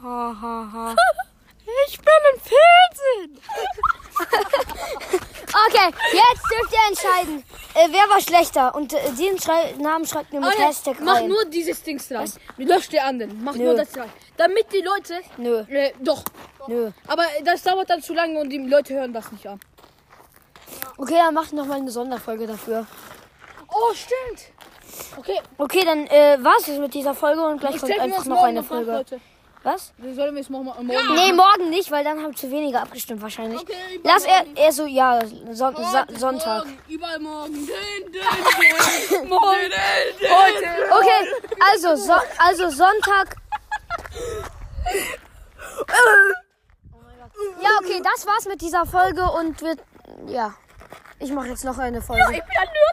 Speaker 2: Ich bin im Fernsehen.
Speaker 1: Okay, jetzt dürft ihr entscheiden. Äh, wer war schlechter? Und äh, den schrei Namen schreibt ihr mit Hashtag
Speaker 2: mach
Speaker 1: rein.
Speaker 2: nur dieses Ding dran. Lösch die anderen. Mach
Speaker 1: Nö.
Speaker 2: nur das dran. Damit die Leute...
Speaker 1: Nö,
Speaker 2: Äh, doch.
Speaker 1: nö.
Speaker 2: Aber das dauert dann zu lange und die Leute hören das nicht an.
Speaker 1: Okay, dann macht noch mal eine Sonderfolge dafür.
Speaker 2: Oh, stimmt. Okay,
Speaker 1: Okay, dann äh, war's jetzt mit dieser Folge und gleich
Speaker 2: ich
Speaker 1: kommt
Speaker 2: stelle mir
Speaker 1: einfach
Speaker 2: das
Speaker 1: noch
Speaker 2: morgen
Speaker 1: eine
Speaker 2: noch an,
Speaker 1: Folge.
Speaker 2: Leute.
Speaker 1: Was?
Speaker 2: Wir sollen wir es morgen, morgen machen.
Speaker 1: Nee, morgen nicht, weil dann haben zu wenige abgestimmt wahrscheinlich.
Speaker 3: Okay, übermorgen.
Speaker 1: Lass er, er so, ja, Son Sa
Speaker 3: Morgen,
Speaker 1: Sonntag.
Speaker 3: Morgen, überall morgen. Den, den, den. morgen. Den, den.
Speaker 1: Okay, also, so also Sonntag. Ja, okay, das war's mit dieser Folge und wir. Ja. Ich mache jetzt noch eine Folge.